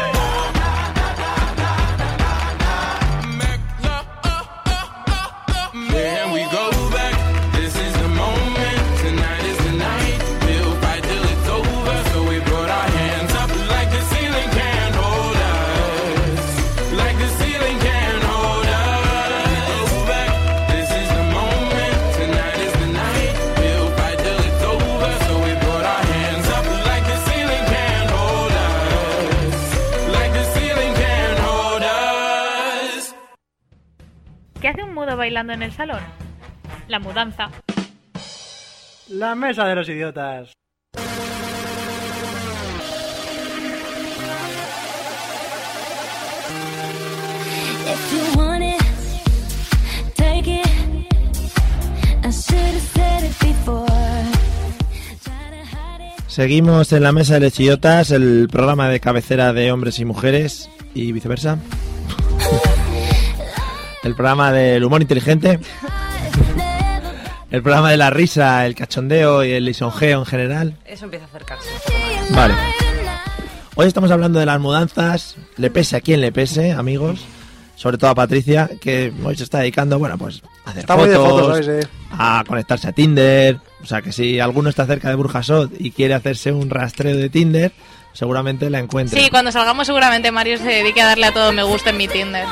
Can we go back? This is the moment. Tonight is the night. We'll fight till it's over. So we put our hands up like the ceiling can't hold us. Like the ceiling can't hold us. Go back. This is the moment. Tonight is the night. We'll fight till it's over. So we put our hands up like the ceiling can't hold us. Like the ceiling can't hold us. ¿Qué hace un mudo bailando en el salón? La mudanza. La mesa de los idiotas. If you want it, take it. I should have said it before. Seguimos en la mesa de los idiotas, el programa de cabecera de hombres y mujeres y viceversa. El programa del humor inteligente. El programa de la risa, el cachondeo y el lisonjeo en general. Eso empieza a acercarse. Vale. Hoy estamos hablando de las mudanzas, le pese a quien le pese, amigos. Sobre todo a Patricia, que hoy se está dedicando, bueno, pues a hacer Está muy fotos, de fotos hoy, sí. a conectarse a Tinder. O sea, que si alguno está cerca de Burjasot y quiere hacerse un rastreo de Tinder, seguramente la encuentre. Sí, cuando salgamos seguramente Mario se dedique a darle a todo me gusta en mi Tinder.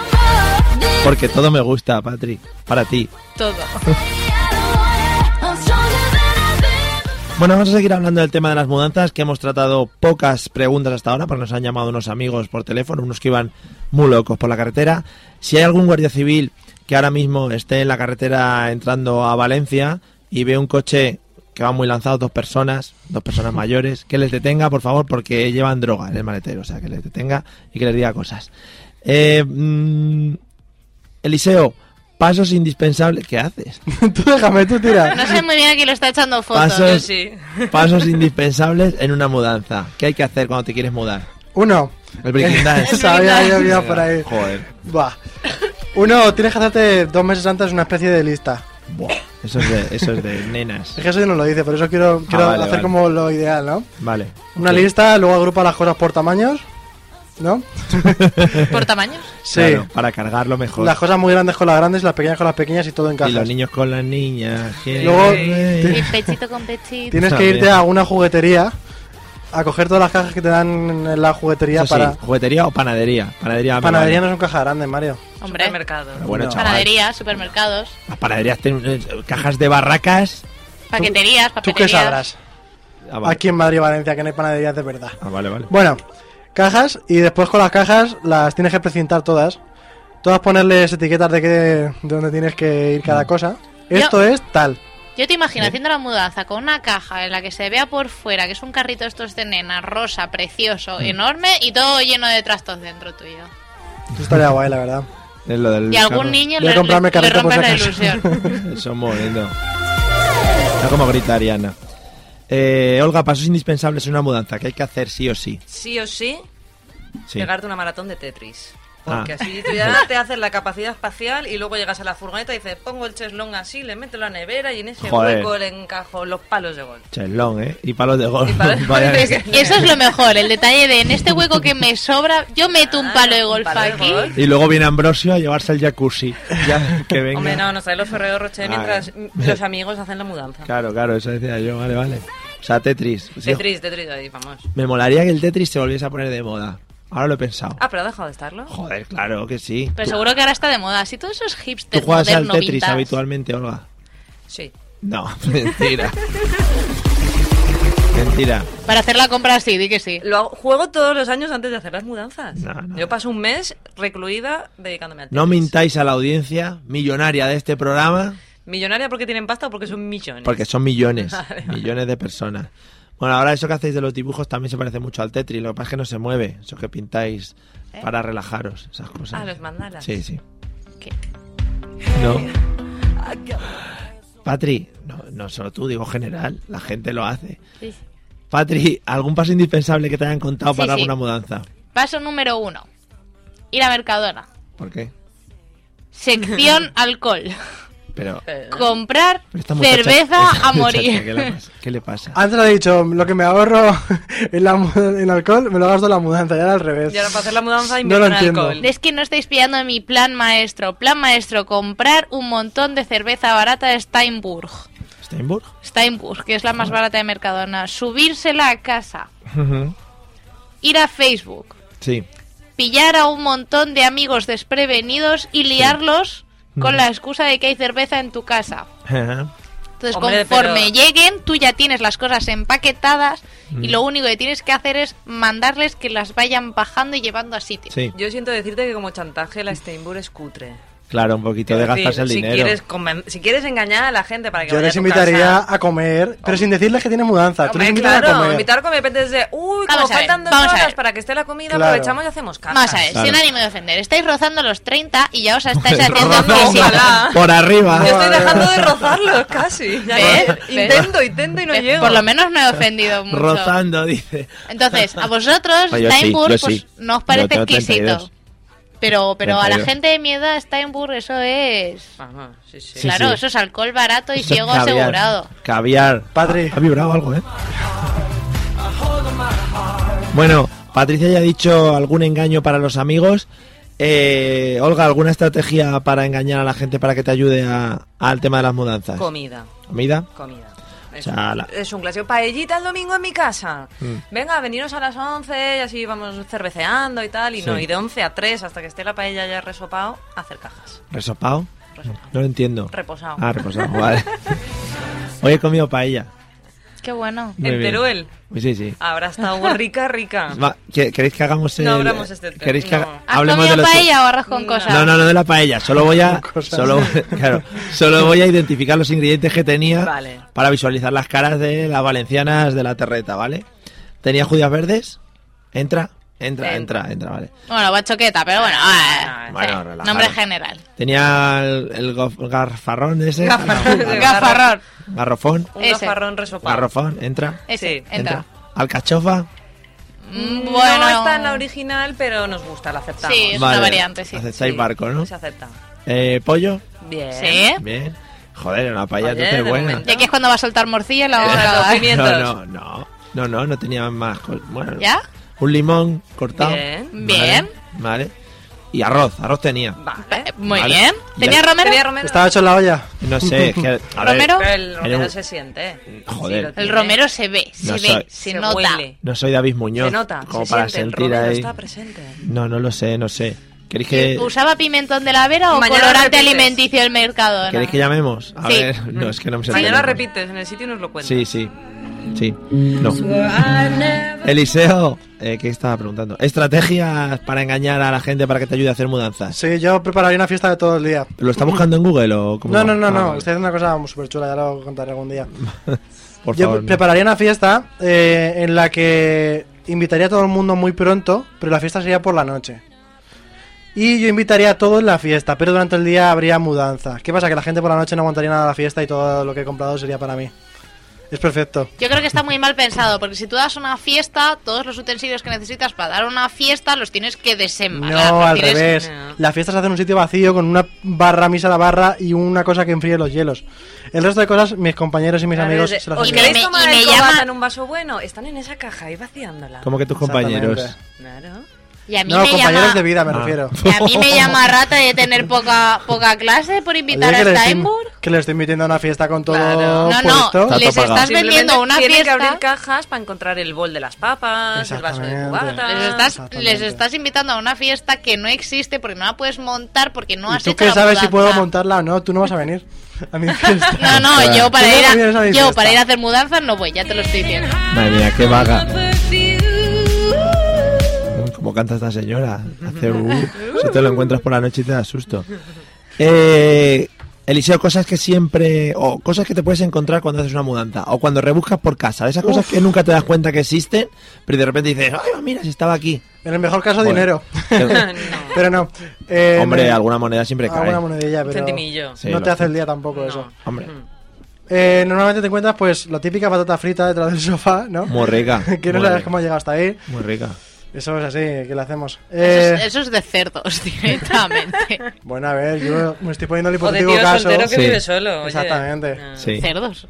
Porque todo me gusta, Patri, para ti. Todo. Bueno, vamos a seguir hablando del tema de las mudanzas, que hemos tratado pocas preguntas hasta ahora, porque nos han llamado unos amigos por teléfono, unos que iban muy locos por la carretera. Si hay algún guardia civil que ahora mismo esté en la carretera entrando a Valencia y ve un coche que va muy lanzado, dos personas, dos personas mayores, que les detenga, por favor, porque llevan droga en el maletero, o sea, que les detenga y que les diga cosas. Eh, mm, Eliseo, pasos indispensables, ¿qué haces? tú déjame, tú tira. No sé muy bien a quién le está echando fotos. Pasos, pasos indispensables en una mudanza. ¿Qué hay que hacer cuando te quieres mudar? Uno. El Breaking Ah, Dance. Sabía yo que iba por ahí. Joder, Buah. Uno, tienes que hacerte dos meses antes una especie de lista. eso es de, eso es de nenas. Es que eso yo no lo dice, por eso quiero, quiero Ah, vale, hacer vale. como lo ideal, ¿no? Vale. Una Sí. lista, luego agrupa las cosas por tamaños, ¿no? ¿Por tamaños? Sí. Claro, para cargarlo mejor. Las cosas muy grandes con las grandes, las pequeñas con las pequeñas y todo en y los cajas. niños con las niñas. ¿quién Luego, es? ti- Pechito con pechito. tienes que También. irte a una juguetería a coger todas las cajas que te dan en la juguetería Eso sí, para... ¿Juguetería o panadería? Panadería, me Panadería vale. no son cajas grandes, Mario. Hombre. Pero bueno, chaval. Panaderías, supermercados, Las panaderías tienen eh, cajas de barracas. paqueterías, ¿Tú papelerías. qué sabrás? Ah, vale. Aquí en Madrid y Valencia, que no hay panaderías de verdad. Ah, vale, vale. Bueno, cajas y después con las cajas las tienes que precintar todas. Todas ponerles etiquetas de, qué, de dónde tienes que ir Mm. cada cosa. Esto es tal. Yo te imagino haciendo la mudanza con una caja en la que se vea por fuera que es un carrito de estos de nena, rosa, precioso, Mm. enorme y todo lleno de trastos dentro tuyo. Esto estaría guay, la verdad. Es lo del Y algún carro. niño Voy a le- comprarme le- le carrito por rompe si la acaso. Son muy lindos. No como grita Ariana. Eh, Olga, pasos indispensables en una mudanza. ¿Qué hay que hacer sí o sí? Sí o sí, Sí. pegarte una maratón de Tetris. Porque Ah. así tú ya te haces la capacidad espacial y luego llegas a la furgoneta y dices, pongo el cheslón así, le meto la nevera y en ese Joder. hueco le encajo los palos de golf. Chelón, ¿eh? Y palos de golf. Vaya que- Entonces, eso es lo mejor, el detalle de en este hueco que me sobra, yo meto un palo de Ah, golf aquí. Y luego viene Ambrosio a llevarse el jacuzzi. Ya, que venga. Hombre, no, nos trae los ferreos Roche Ah. mientras los amigos hacen la mudanza. Claro, claro, eso decía yo, vale, vale. O sea, Tetris. Sí, Tetris, Tetris, ahí vamos. Me molaría que el Tetris se volviese a poner de moda. Ahora lo he pensado. Ah, pero ha dejado de estarlo. Joder, claro que sí. Pero Tú- seguro que ahora está de moda, así todos esos hipsters ¿Tú juegas al moderno Tetris vintage. habitualmente, Olga? Sí. No, mentira. mentira. Para hacer la compra sí, di que sí. Lo hago- juego todos los años antes de hacer las mudanzas. No, no. Yo paso un mes recluida dedicándome al Tetris. No mintáis a la audiencia millonaria de este programa Millonaria porque tienen pasta o porque son millones. Ah, porque son millones, Vale, vale. millones de personas. Bueno, ahora eso que hacéis de los dibujos también se parece mucho al Tetris, lo que pasa es que no se mueve, eso que pintáis ¿Eh? para relajaros, esas cosas. Ah, los mandalas. Sí, sí. ¿Qué? No. Patri, no, no solo tú, digo general, la gente lo hace. Sí. Patri, ¿algún paso indispensable que te hayan contado Sí, para sí. alguna mudanza? Paso número uno, ir a Mercadona. ¿Por qué? Sección alcohol. Eh, Pero, Comprar pero esta muchacha- cerveza esta a muchacha, morir. ¿qué le pasa? ¿Qué le pasa? Antes lo he dicho, lo que me ahorro en, la mu- en alcohol me lo gasto en la mudanza, ya era al revés. Y ahora para hacer la mudanza No invierno lo en entiendo. alcohol. Es que no estáis pillando en mi plan maestro. Plan maestro, comprar un montón de cerveza barata de Steinburg. ¿Steinburg? Steinburg, que es la Ah. más barata de Mercadona. Subírsela a casa. Ir a Facebook. Sí. Pillar a un montón de amigos desprevenidos y liarlos Mm. con la excusa de que hay cerveza en tu casa. Ajá. Entonces, Hombre, conforme pero- lleguen, tú ya tienes las cosas empaquetadas y Mm. lo único que tienes que hacer es mandarles que las vayan bajando y llevando a sitio. Yo siento decirte que como chantaje la Steinburg es cutre. Claro, un poquito de Es decir, gastarse el si dinero. Quieres conven- si quieres engañar a la gente para que Yo vaya les a tu invitaría casa- a comer, pero sin decirles que tienen mudanza. Tú les Hombre, invitas claro, a comer. invitar a comer pero desde, uy, como Vamos a ver, faltan dos vamos a horas ver. para que esté la comida, Claro. aprovechamos y hacemos caja. Vamos a ver, Claro. sin ánimo de ofender, estáis rozando los 30 y ya os estáis Joder, haciendo rozando. misioneros. Por arriba. Yo estoy dejando de rozarlo casi. Ya ¿Ves? que Intento, intento y no ¿Ves? llego. Por lo menos no he ofendido mucho. Rozando, dice. Entonces, a vosotros, No, yo sí, Steinburg, yo pues sí. no os Yo parece tengo exquisito. 32. Pero, pero a la 32. gente de mi edad, Steinburg, eso es. Sí, claro, sí. eso es alcohol barato y Eso es ciego caviar. asegurado. Caviar. Patri. Ha, vibrado algo, ¿eh? Bueno, Patricia ya ha dicho algún engaño para los amigos. Eh, Olga, ¿alguna estrategia para engañar a la gente para que te ayude a- al tema de las mudanzas? Comida, ¿Comida? comida. O Es, sea, la- es un clásico. Paellita el domingo en mi casa. Mm. Venga, veniros a las 11 y así vamos cerveceando y tal. Y Sí. no, y de 11 a 3 hasta que esté la paella ya resopado, hacer cajas. ¿Resopao? No lo entiendo. Reposado. Ah, reposado, vale. Hoy he comido paella. Qué bueno. Muy en bien. Teruel. Pues sí, sí. Habrá estado rica, rica. Va, ¿que- ¿Queréis que hagamos el... No hablamos este tema, ¿Queréis que no. haga- ¿Has hablemos de ¿Comido los... paella o arroz con cosas? No, no, no de la paella. Solo voy a, solo, claro, solo voy a identificar los ingredientes que tenía Vale. para visualizar las caras de las valencianas de la terreta, ¿vale? Tenía judías verdes. Entra, entra, entra, entra, vale. Bueno, va choqueta, pero bueno. ah, no, bueno, sí. relajado. Nombre general. Tenía el, el gof- garfarrón ese. Gafarrón. Garrofón. Un Ese. gafarrón resopado. Garrofón, entra. Ese, Sí. entra. Alcachofa. Mm, No Bueno, está en la original, pero nos gusta, la aceptamos. Sí, es Vale, una variante, sí. Aceptáis barco, ¿no? Se acepta. Eh, pollo. Bien. Sí. Bien. Joder, una paella Oye, entonces de buena. momento. Y aquí es cuando va a soltar morcilla y la vamos a Los acabar. pimientos. No, no, no. No, no, no tenía más. col- Bueno, ¿Ya? un limón cortado. Bien. Vale, Bien. Vale. Y arroz, arroz tenía. Vale. Muy Vale. bien. Y ¿Tenía el- romero? Tenía romero. Estaba hecho en la olla. No sé, es que. A ver, ¿Romero? Pero el Era romero un- se siente. Joder. Sí, lo El tiene. romero se ve, se No ve, soy- se, Se nota. huele. No soy David Muñoz. Se nota, como se para siente, el sentir romero ahí. está presente. No, no lo sé, no sé. ¿Queréis que, ¿Usaba pimentón de la vera o Mañana colorante repites. alimenticio del mercado? ¿queréis que llamemos? A Sí. ver, no, es que no me sé. Mañana el nombre. repites, en el sitio nos lo cuentas. Sí, sí. Sí. No. Eliseo, eh, ¿qué estaba preguntando? ¿Estrategias para engañar a la gente para que te ayude a hacer mudanzas? Sí, yo prepararía una fiesta de todo el día. ¿Lo está buscando en Google o cómo No, va? no, no, Ah, no. vale. Estoy haciendo una cosa súper chula, ya lo contaré algún día. Por Yo favor. no. prepararía una fiesta eh, en la que invitaría a todo el mundo muy pronto, pero la fiesta sería por la noche. Y yo invitaría a todos en la fiesta, pero durante el día habría mudanza. ¿Qué pasa? Que la gente por la noche no aguantaría nada la fiesta y todo lo que he comprado sería para mí. Es perfecto. Yo creo que está muy mal pensado, porque si tú das una fiesta, todos los utensilios que necesitas para dar una fiesta los tienes que desembalar. No, los al tienes- revés. Las fiestas se hacen en un sitio vacío con una barra misa a la barra y una cosa que enfríe los hielos. El resto de cosas, mis compañeros y mis amigos se las ¿Os inventan. queréis tomar y me el cobata llama- en un vaso bueno? Están en esa caja, y vaciándola. Como que tus compañeros. Claro. Y a mí No, me compañeros llama... de vida, Ah. me refiero. y a mí me llama rata de tener poca, poca clase por Oye, invitar que, le Pues a estoy, Steinburg. que le estoy metiendo a una fiesta con todo No, no, puesto. les estás vendiendo una Tienen que fiesta. abrir cajas para encontrar el bol de las papas, el vaso de cubata. Les estás, les estás invitando a una fiesta que no existe porque no la puedes montar porque no ¿Y has tú hecho qué la sabes si mudanza. puedo montarla o no? Tú no vas a venir a mi fiesta. No, no, yo para Tú ir vienes a, mi yo fiesta. para ir a hacer mudanzas no voy, ya te lo Eh. estoy diciendo. Madre mía, qué vaga. ¿Cómo canta esta señora? Hace uh, Si te lo encuentras por la noche y te da susto. Eh, Eliseo, cosas que siempre. O cosas que te puedes encontrar cuando haces una mudanza. O cuando rebuscas por casa. de Esas cosas que nunca te das cuenta que existen. Pero de repente dices, ¡ay, mira, si estaba aquí! En el mejor caso, Joder. dinero. Pero no. Eh, Hombre, no. alguna moneda siempre cae. Alguna monedilla, pero Centimillo. Sí, no lo te hace sé. el día tampoco eso. Hombre. Mm. Eh, normalmente te encuentras pues la típica patata frita detrás del sofá, ¿no? Muy rica, que no muy sabes rica. cómo ha llegado hasta ahí. Muy rica. Eso es así, ¿qué le hacemos? Eso Eh, es, eso es de cerdos directamente. Bueno, a ver, yo me estoy poniendo el O de hipotético tío caso. soltero que Sí. vive solo, oye. Ah. Exactamente. Ah. Sí. Cerdos.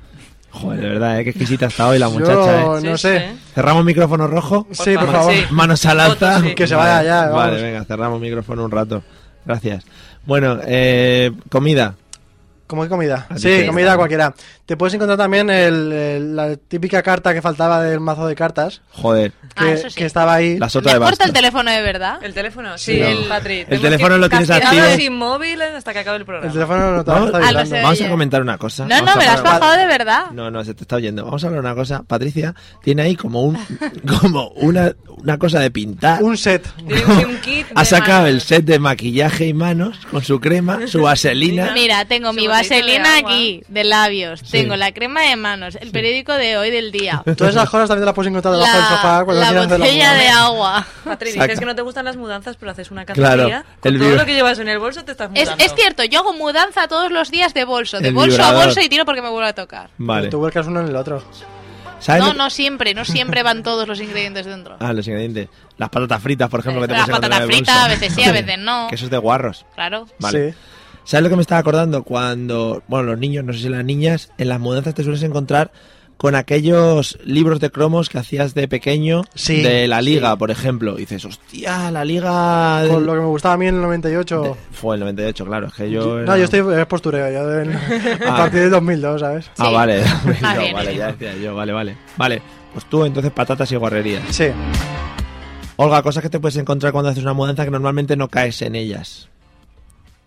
Joder, de verdad, ¿eh? qué exquisita está hoy la Yo muchacha. ¿eh? no Sí, sé. sí. ¿Cerramos micrófono rojo? Sí, por Manos- favor. Sí. Manos al Fotos, alza. sí. Que se vaya ya, vamos. Vale, venga, cerramos micrófono un rato. Gracias. Bueno, eh, comida. ¿Cómo que comida? Así Sí, que- comida cualquiera. Te puedes encontrar también el- el- la típica carta que faltaba del mazo de cartas. Joder. Ah, que, eso sí. que estaba ahí. La sota de ¿Corta basta. el teléfono de verdad? El teléfono, Sí, sí, no. el Patri. El teléfono lo tienes activo. sin móvil hasta que acabe el programa. El teléfono no te Vamos, Ah, está vibrando. vamos a comentar una cosa. No, Vamos no, a me lo has hablar- bajado de verdad. No, no, se te está oyendo. Vamos a hablar una cosa. Patricia tiene ahí como un como una, una cosa de pintar. Un set. ha sacado el set de maquillaje y manos con su crema, su vaselina. Mira, tengo mi vaselina aquí, de labios, tengo la crema de manos, el periódico de hoy del día, Todas esas cosas también te las puedes encontrar debajo del sofá cuando la quieras hacer la botella mudanza. de agua. Patri, Saca. dices que no te gustan las mudanzas, pero haces una Claro, cacería. con el todo vibra- lo que llevas en el bolso te estás Es, mudando. es cierto, yo hago mudanza todos los días de bolso, de El bolso a vibrador. bolso y tiro porque me vuelvo a tocar. Vale. Tú vuelcas uno en el otro. ¿Sabes No, lo que- no siempre, no siempre van todos los ingredientes dentro. Ah, los ingredientes. Las patatas fritas, por ejemplo, que te Las puedes encontrar patatas en el fritas, a bolso. veces sí, a veces no. Que eso es de guarros. Claro. Vale. Sí. ¿Sabes lo que me estaba acordando? Cuando, bueno, los niños, no sé si las niñas, en las mudanzas te sueles encontrar con aquellos libros de cromos que hacías de pequeño Sí, de la liga, por ejemplo. Y dices, hostia, Tía, la liga. Con lo que me gustaba a mí en el 98. fue el 98, claro, es que yo... No, era- yo estoy. Es postureo. Yo en- Ah. A partir del 2002, ¿sabes? Ah, vale. Más No, bien, vale, eh. ya decía yo, vale, vale. Vale, pues tú entonces patatas y guarrerías. Sí. Olga, cosas que te puedes encontrar cuando haces una mudanza que normalmente no caes en ellas.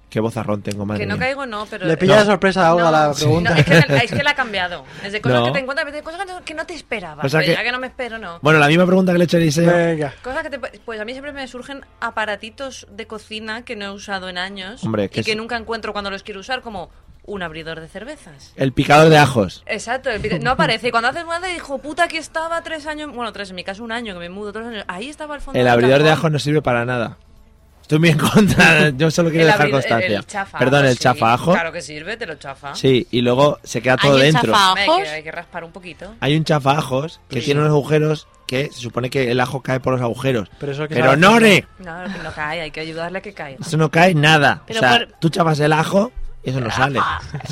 Qué vozarrón tengo, madre Que no mía. caigo, no, pero. Mm. Le pilla de sorpresa a Olga la pregunta. No, es, que, la- es que la ha cambiado. Es de cosas No. que te encuentras, pero de cosas que no, que no te esperabas. O sea Pero que- ya que no me espero, no. Bueno, la misma pregunta que le he hecho a Eliseo. Eh. Cosas que te, pues a mí siempre me surgen aparatitos de cocina que no he usado en años Hombre, que y que es- nunca encuentro cuando los quiero usar, como un abridor de cervezas. El picador de ajos. Exacto, el pide- no aparece. Y Cuando haces mudanza, dijo, puta, aquí estaba tres años. Bueno, tres, en mi caso un año que me mudo, tres años. Ahí estaba al fondo. El del abridor de cajón. ajos no sirve para nada. Estoy muy en contra. Yo solo quiero El dejar abridor- el- constancia. el chafa Perdón, ajo, el sí. chafa ajo. Claro que sirve, te lo chafa. Sí, y luego se queda todo Hay un dentro. chafaajos. Hay que, hay que raspar un poquito. Hay un chafa ajos que Sí. tiene unos agujeros que se supone que el ajo cae por los agujeros. Pero eso que Pero sabe no, hacer, re, No, que no cae, hay que ayudarle a que caiga. eso no cae nada. Pero o sea, por- tú chapas el ajo y eso no sale.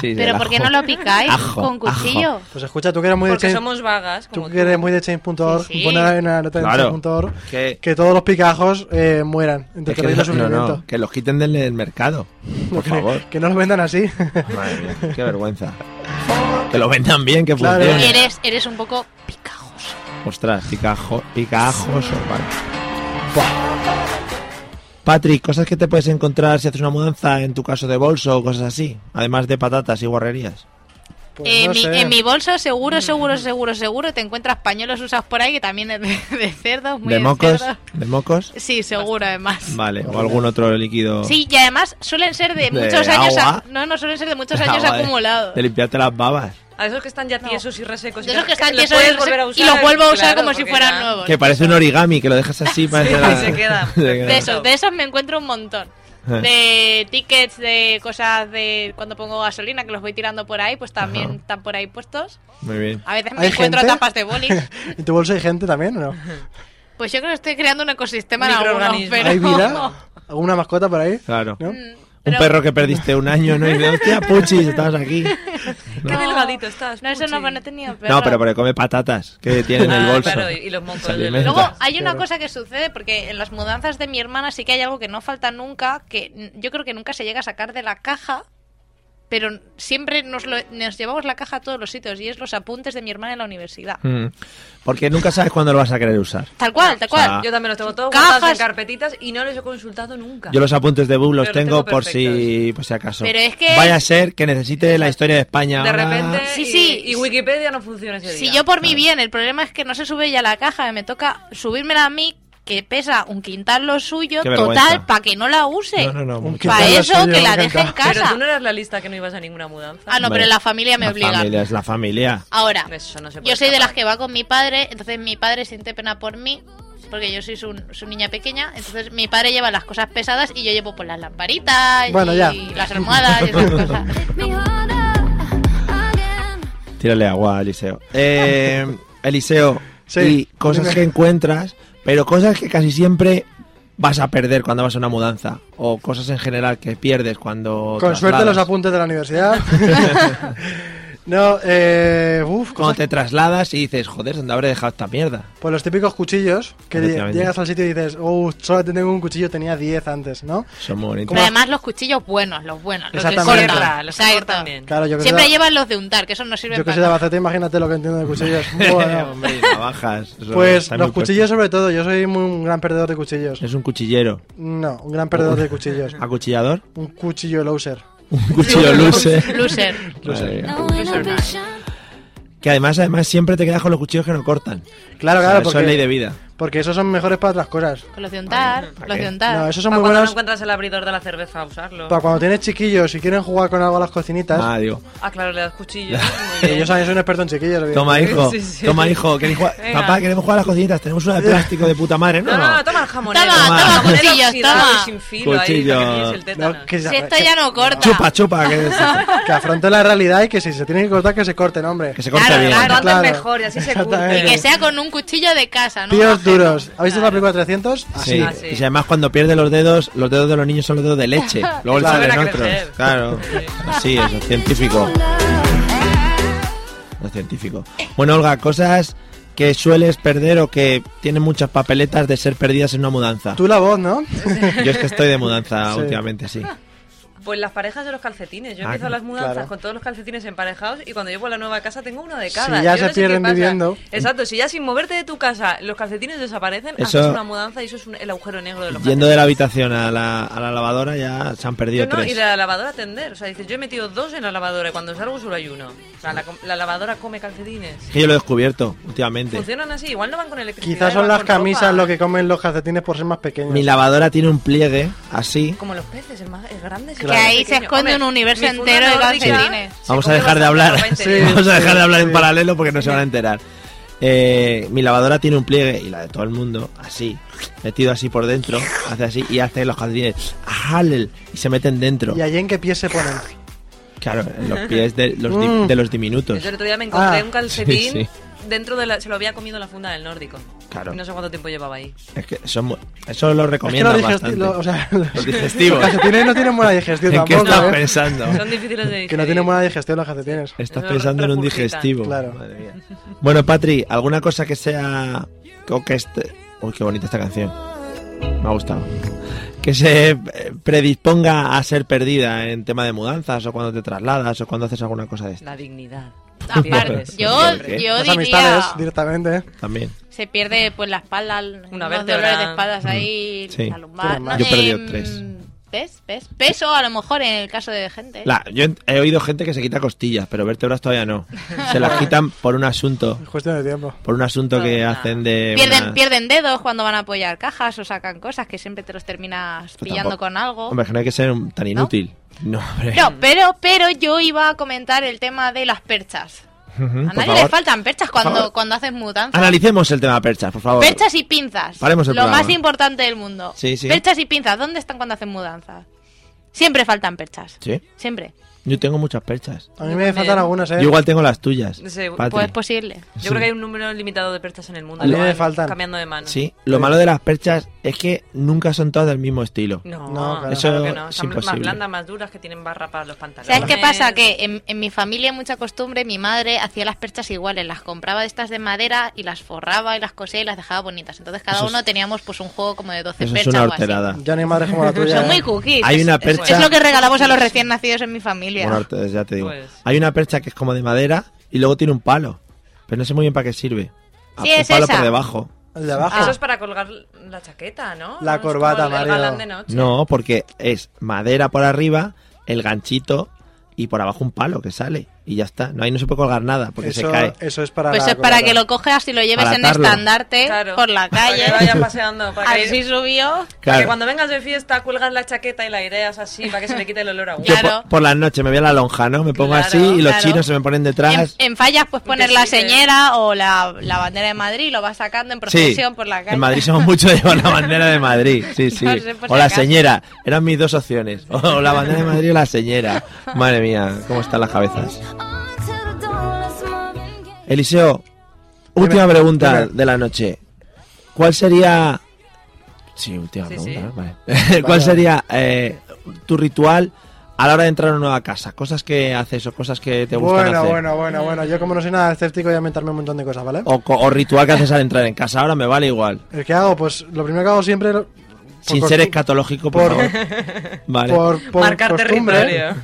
Sí, Pero el ¿por qué ajo. no lo picáis Ajo, con cuchillo? ajo. Pues escucha, tú que eres muy Porque de change- somos vagas, Tú como que eres muy de change.org, Sí, sí. pon ahí una nota en Claro. change.org Que- que todos los picajos eh, mueran. Entre Es que terror y no- no, sufrimiento. no, que los quiten del, del mercado. Por que, favor. que no los vendan así. Madre mía, qué vergüenza. Que lo vendan bien, que Claro. funcione. Eres, eres un poco... Ostras, picajo, picajos. Vale. Buah. Patrick, cosas que te puedes encontrar si haces una mudanza, en tu caso de bolso o cosas así, además de patatas y guarrerías. Pues en, Pues no mi, sé. Mm. en mi bolso seguro, seguro, seguro, seguro te encuentras pañuelos usados por ahí que también es de, de cerdos, muy ¿De mocos? cerdos. ¿De mocos? Sí, seguro además. Vale, o algún otro líquido. Sí, y además suelen ser de, De muchos años... agua. a- no, no, suelen ser de muchos Ah, años vale. acumulados. De limpiarte las babas. A esos que están ya tiesos y resecos. y De esos tal, que están los tiesos puedes y volver a resecos y los usar, vuelvo a usar claro, como si porque fueran ya- nuevos. Que parece un origami, que lo dejas así. parece Sí, la- se queda. se queda. De esos, de esos me encuentro un montón. Eh. de tickets de cosas de cuando pongo gasolina que los voy tirando por ahí, pues también Ajá. están por ahí puestos. Muy bien. A veces me encuentro tapas de bolis. ¿En tu bolsa hay gente también o no? Pues yo creo que estoy creando un ecosistema en algunos, Microorganismos. pero... ¿Hay vida? ¿Alguna mascota por ahí? Claro. Mm, ¿No? Un perro que perdiste un año, ¿no? Y dices, hostia, puchis, estabas aquí. Qué delgadito estás. No, eso no, no he tenido perro. No, pero porque come patatas que tiene en el Ah, bolso. claro, y- y los mocos Se del- alimenta. Luego hay una Claro. cosa que sucede porque en las mudanzas de mi hermana sí que hay algo que no falta nunca, que n- yo creo que nunca se llega a sacar de la caja, pero siempre nos, lo- nos llevamos la caja a todos los sitios y es los apuntes de mi hermana en la universidad. Mm. Porque nunca sabes cuándo lo vas a querer usar. Tal cual, tal O sea, cual. Yo también los tengo todos Cajas. guardados en carpetitas y no los he consultado nunca. Yo los apuntes de Bug los Pero los tengo, tengo por si por si acaso. Pero es que- Vaya a ser que necesite la historia de España. De ahora. repente Sí, y- sí. y, Wikipedia no funciona ese Si día. yo por mi bien, el problema es que no se sube ya la caja, me toca subírmela a mí que pesa un quintal lo suyo, Qué vergüenza. total, para que no la use. No, no, no. mucho. Para eso que la deje en Pero tú casa. no eras la lista que no ibas a ninguna mudanza. Ah, no, pero la familia me La obliga. familia, es la familia. Ahora, no se puede yo soy de las que va con mi padre, entonces mi padre siente pena por mí, porque yo soy su, su niña pequeña, entonces mi padre lleva las cosas pesadas y yo llevo pues las lamparitas Bueno, y ya. las almohadas y esas cosas. Tírale agua, Eliseo. Eh, Eliseo, y cosas dime. que encuentras, pero cosas que casi siempre vas a perder cuando vas a una mudanza. O cosas en general que pierdes cuando. Con suerte los trasladas. apuntes de la universidad. no, eh, uf, Cuando cosas- te trasladas y dices, joder, ¿dónde habré dejado esta mierda? Pues los típicos cuchillos que Efectivamente. llegas al sitio y dices, oh, solo tengo un cuchillo, tenía 10 antes, ¿no? Son muy bonitos. Pero además los cuchillos buenos, los buenos, los de Exactamente. corta, los de corta. Claro, yo que Siempre soy de- llevan los de untar, que esos no sirven Yo que para soy de nada. Albacete, imagínate lo que entiendo de cuchillos. Bueno. Hombre, y navajas. eso Pues está los muy puesto. cuchillos sobre todo, yo soy muy- un gran perdedor de cuchillos. Es un cuchillero. No, un gran perdedor de cuchillos. ¿Acuchillador? Un cuchillo loser. Un cuchillo loser. Loser. Madre mía. Loser man. Que además, además siempre te quedas con los cuchillos que no cortan. Claro, O sea, claro, Eso porque- es ley de vida. Porque esos son mejores para otras cosas. Con los de untar, los de untar. No, esos son Pa' muy Ah, cuando buenos no encuentras el abridor de la cerveza a usarlo. para cuando tienes chiquillos y quieren jugar con algo a las cocinitas. Ah, digo. Ah, claro, le das cuchillo. Muy bien. Yo soy un experto en chiquillos. Toma, hijo. Sí, sí. Toma, hijo. ¿queréis jugar? Venga. Papá, queremos jugar a las cocinitas. Tenemos una de plástico de puta madre. No, No, no, no. no, toma el jamonero. Toma, toma, El jamonero cuchillos, oxidado toma. y sin filo ahí, Cuchillo. para que tienes el tétano. No, que Si esto ya no corta. Chupa, chupa. Que, es- Que afronte la realidad y que si se tienen que cortar, que se corten, hombre. Que se corte Claro, bien. claro, cuanto Claro. mejor, y así se Exactamente. Y que sea con un cuchillo de casa, ¿no? Tíos duros. ¿Habéis visto la película 300? Sí. Y si además cuando pierde los dedos, los dedos de los niños son los dedos de leche. Luego le Claro. salen Van a otros. crecer. Claro. Sí, eso es científico. No es científico. Bueno, Olga, cosas que sueles perder o que tienen muchas papeletas de ser perdidas en una mudanza. Tú la voz, ¿no? Yo es que estoy de mudanza Sí. últimamente, sí. Pues las parejas de los calcetines. Yo Ah, empiezo las mudanzas claro. con todos los calcetines emparejados y cuando llego a la nueva casa tengo una de cada. Si ya Yo se no sé qué pierden pasa. viviendo. Exacto, si ya sin moverte de tu casa los calcetines desaparecen, Eso- haces una mudanza y eso es un- el agujero negro de los Yendo de calcetines. la habitación a la, a la lavadora ya se han perdido No, no, y tres. de la lavadora a tender. O sea, dices, yo he metido dos en la lavadora y cuando salgo solo hay uno. O sea, la, com- la lavadora come calcetines. Es que yo lo he descubierto últimamente. Funcionan así, igual no van con electricidad. Quizás son van las con ropa. camisas lo que comen los calcetines por ser más pequeños. Mi lavadora tiene un pliegue así. Como los peces, el, más, el grande es el Que más ahí se pequeño. esconde Hombre, un universo mi funda entero de nórdica- calcetines. Vamos a dejar de hablar. Vamos a dejar de hablar en paralelo porque no se van a enterar. Eh, mi lavadora tiene un pliegue y la de todo el mundo, así, metido así por dentro, hace así y hace los jardines ¡Jalel! y se meten dentro. ¿Y allí en qué pies se ponen? Claro, en los pies de los, di- Mm. de los diminutos. Yo el otro día me encontré Ah, un calcetín sí, dentro de la... Se lo había comido la funda del nórdico. Claro. Y No sé cuánto tiempo llevaba ahí. Es que son mu- eso lo recomiendo es que los, digesti- bastante. lo- o sea, los, Los digestivos. Los calcetines no tienen buena digestión ¿En qué tampoco. estás ¿eh? pensando? Son difíciles de Que no tienen buena digestión los calcetines. Estás pensando en un digestivo. Claro. Madre mía. Bueno, Patri, ¿alguna cosa que sea. o que este. Uy, qué bonita esta canción. Me ha gustado. Que se eh, predisponga a ser perdida en tema de mudanzas o cuando te trasladas o cuando haces alguna cosa de esto. La dignidad. Aparte, Sí, yo, ¿por qué? yo Las diría... directamente. ¿eh? También. Se pierde pues la espalda, l- los Una vértebra. dolores de espaldas ahí, Sí. la lumbar. Yo he perdido em, tres. ¿Ves? ¿Ves? Peso a lo mejor en el caso de gente. La- yo he- he oído gente que se quita costillas, pero vértebras todavía no. Se las quitan por un asunto. Cuestión de tiempo. Por un asunto que hacen de. pierden, una- pierden dedos cuando van a apoyar cajas o sacan cosas que siempre te los terminas pillando tampoco. con algo. Hombre, que no hay que ser un- tan inútil. No, hombre. No, pero, pero yo iba a comentar el tema de las perchas. Ujú, A por nadie le favor. faltan perchas cuando, favor. cuando haces mudanza. Analicemos el tema de perchas, por favor. Perchas y pinzas. Paremos el lo programa. más importante del mundo. Sí, sí. Perchas y pinzas. ¿Dónde están cuando hacen mudanza? Siempre faltan perchas. Sí. Siempre. Yo tengo muchas perchas. A mí me faltan algunas, ¿eh? Yo igual tengo las tuyas. Sí, Patri. Pues es posible. Yo Sí. creo que hay un número limitado de perchas en el mundo. A mí igual, me faltan. Cambiando de mano. Sí, lo malo de las perchas es que nunca son todas del mismo estilo. No, claro. eso claro que no. es Son más imposible. blandas, más duras, que tienen barra para los pantalones. ¿Sabes qué Pues- pasa? Que en, en mi familia hay mucha costumbre, mi madre hacía las perchas iguales, las compraba de estas de madera y las forraba y las cosía y las dejaba bonitas. Entonces cada Eso es- uno teníamos pues un juego como de 12 Eso es perchas una o así. Pues horterada. Ya no hay madres como la tuya. ¿eh? Son muy cookies. Hay una Es- es- percha- Es lo que regalamos a los recién nacidos en mi familia. Bueno, ahorita- ya te digo. Pues. Hay una percha que es como de madera y luego tiene un palo. Pero no sé muy bien para qué sirve. Ah, Sí, un es palo esa. por debajo. El de ah. abajo. Eso es para colgar la chaqueta, ¿no? La No es como corbata, el- el Mario. galán de noche. No, porque es madera por arriba, el ganchito y por abajo un palo que sale. Y ya está. No, ahí no se puede colgar nada porque se Eso- cae. Eso es para Pues la es para corbata. que lo cojas y lo lleves Para en atarlo. estandarte por la calle. Para que vaya paseando. Para que, Así subió. para que Claro. cuando vengas de fiesta cuelgas la chaqueta y la aireas así para que se le quite el olor a huevo. Yo por, por las noches me voy a la lonja, ¿no? Me pongo Claro, así y los claro. chinos se me ponen En, detrás. en fallas pues poner la señera o la, la bandera de Madrid, lo vas sacando en procesión por la calle. en Madrid somos mucho de llevar la bandera de Madrid. Sí, sí. No sé, por si o la acaso. señera. Eran mis dos opciones. O la bandera de Madrid o la señera. Madre mía, ¿cómo están las cabezas? Eh. Eliseo, última pregunta de la noche. ¿Cuál sería... Sí, última Sí, pregunta. sí. ¿no? Vale. ¿Cuál sería eh, tu ritual a la hora de entrar a una nueva casa? Cosas que haces o cosas que te gustan bueno, hacer. bueno, bueno, bueno. Yo como no soy nada escéptico voy a inventarme un montón de cosas, ¿vale? O, co- o ritual que haces al entrar en casa. Ahora me vale igual. ¿El que hago? Pues lo primero que hago siempre... lo- Sin por ser costu- escatológico, por- por, favor. Vale. Por, por Marcar costumbre, territorio.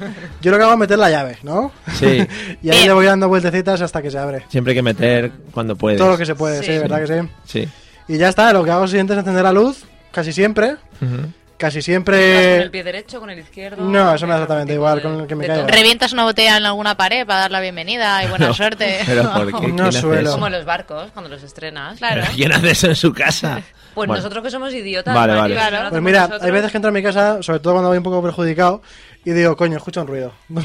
yo lo que hago es meter la llave, ¿no? Sí, Y ahí le voy dando vueltecitas hasta que se abre. siempre hay que meter cuando puedes. Todo lo que se puede, sí, ¿verdad que sí? Sí. Y ya está, lo que hago siguiente es encender la luz, casi siempre. Ujú. Casi ¿Con el siempre... pie derecho, con el izquierdo? Eh, No, eso me da exactamente igual con el que me de caiga. Revientas una botella en alguna pared para dar la bienvenida y buena No, suerte. pero ¿por qué? ¿Quién No hace suelo. eso? Como los barcos, cuando los estrenas. Claro. ¿Pero ¿Quién hace eso en su casa? Pues Bueno, nosotros que somos idiotas. Vale, Mario, vale. no Claro. lo Pues hacemos mira, nosotros. hay veces que entro a mi casa, sobre todo cuando voy un poco perjudicado, y digo, coño, escucho un ruido. ¿Quién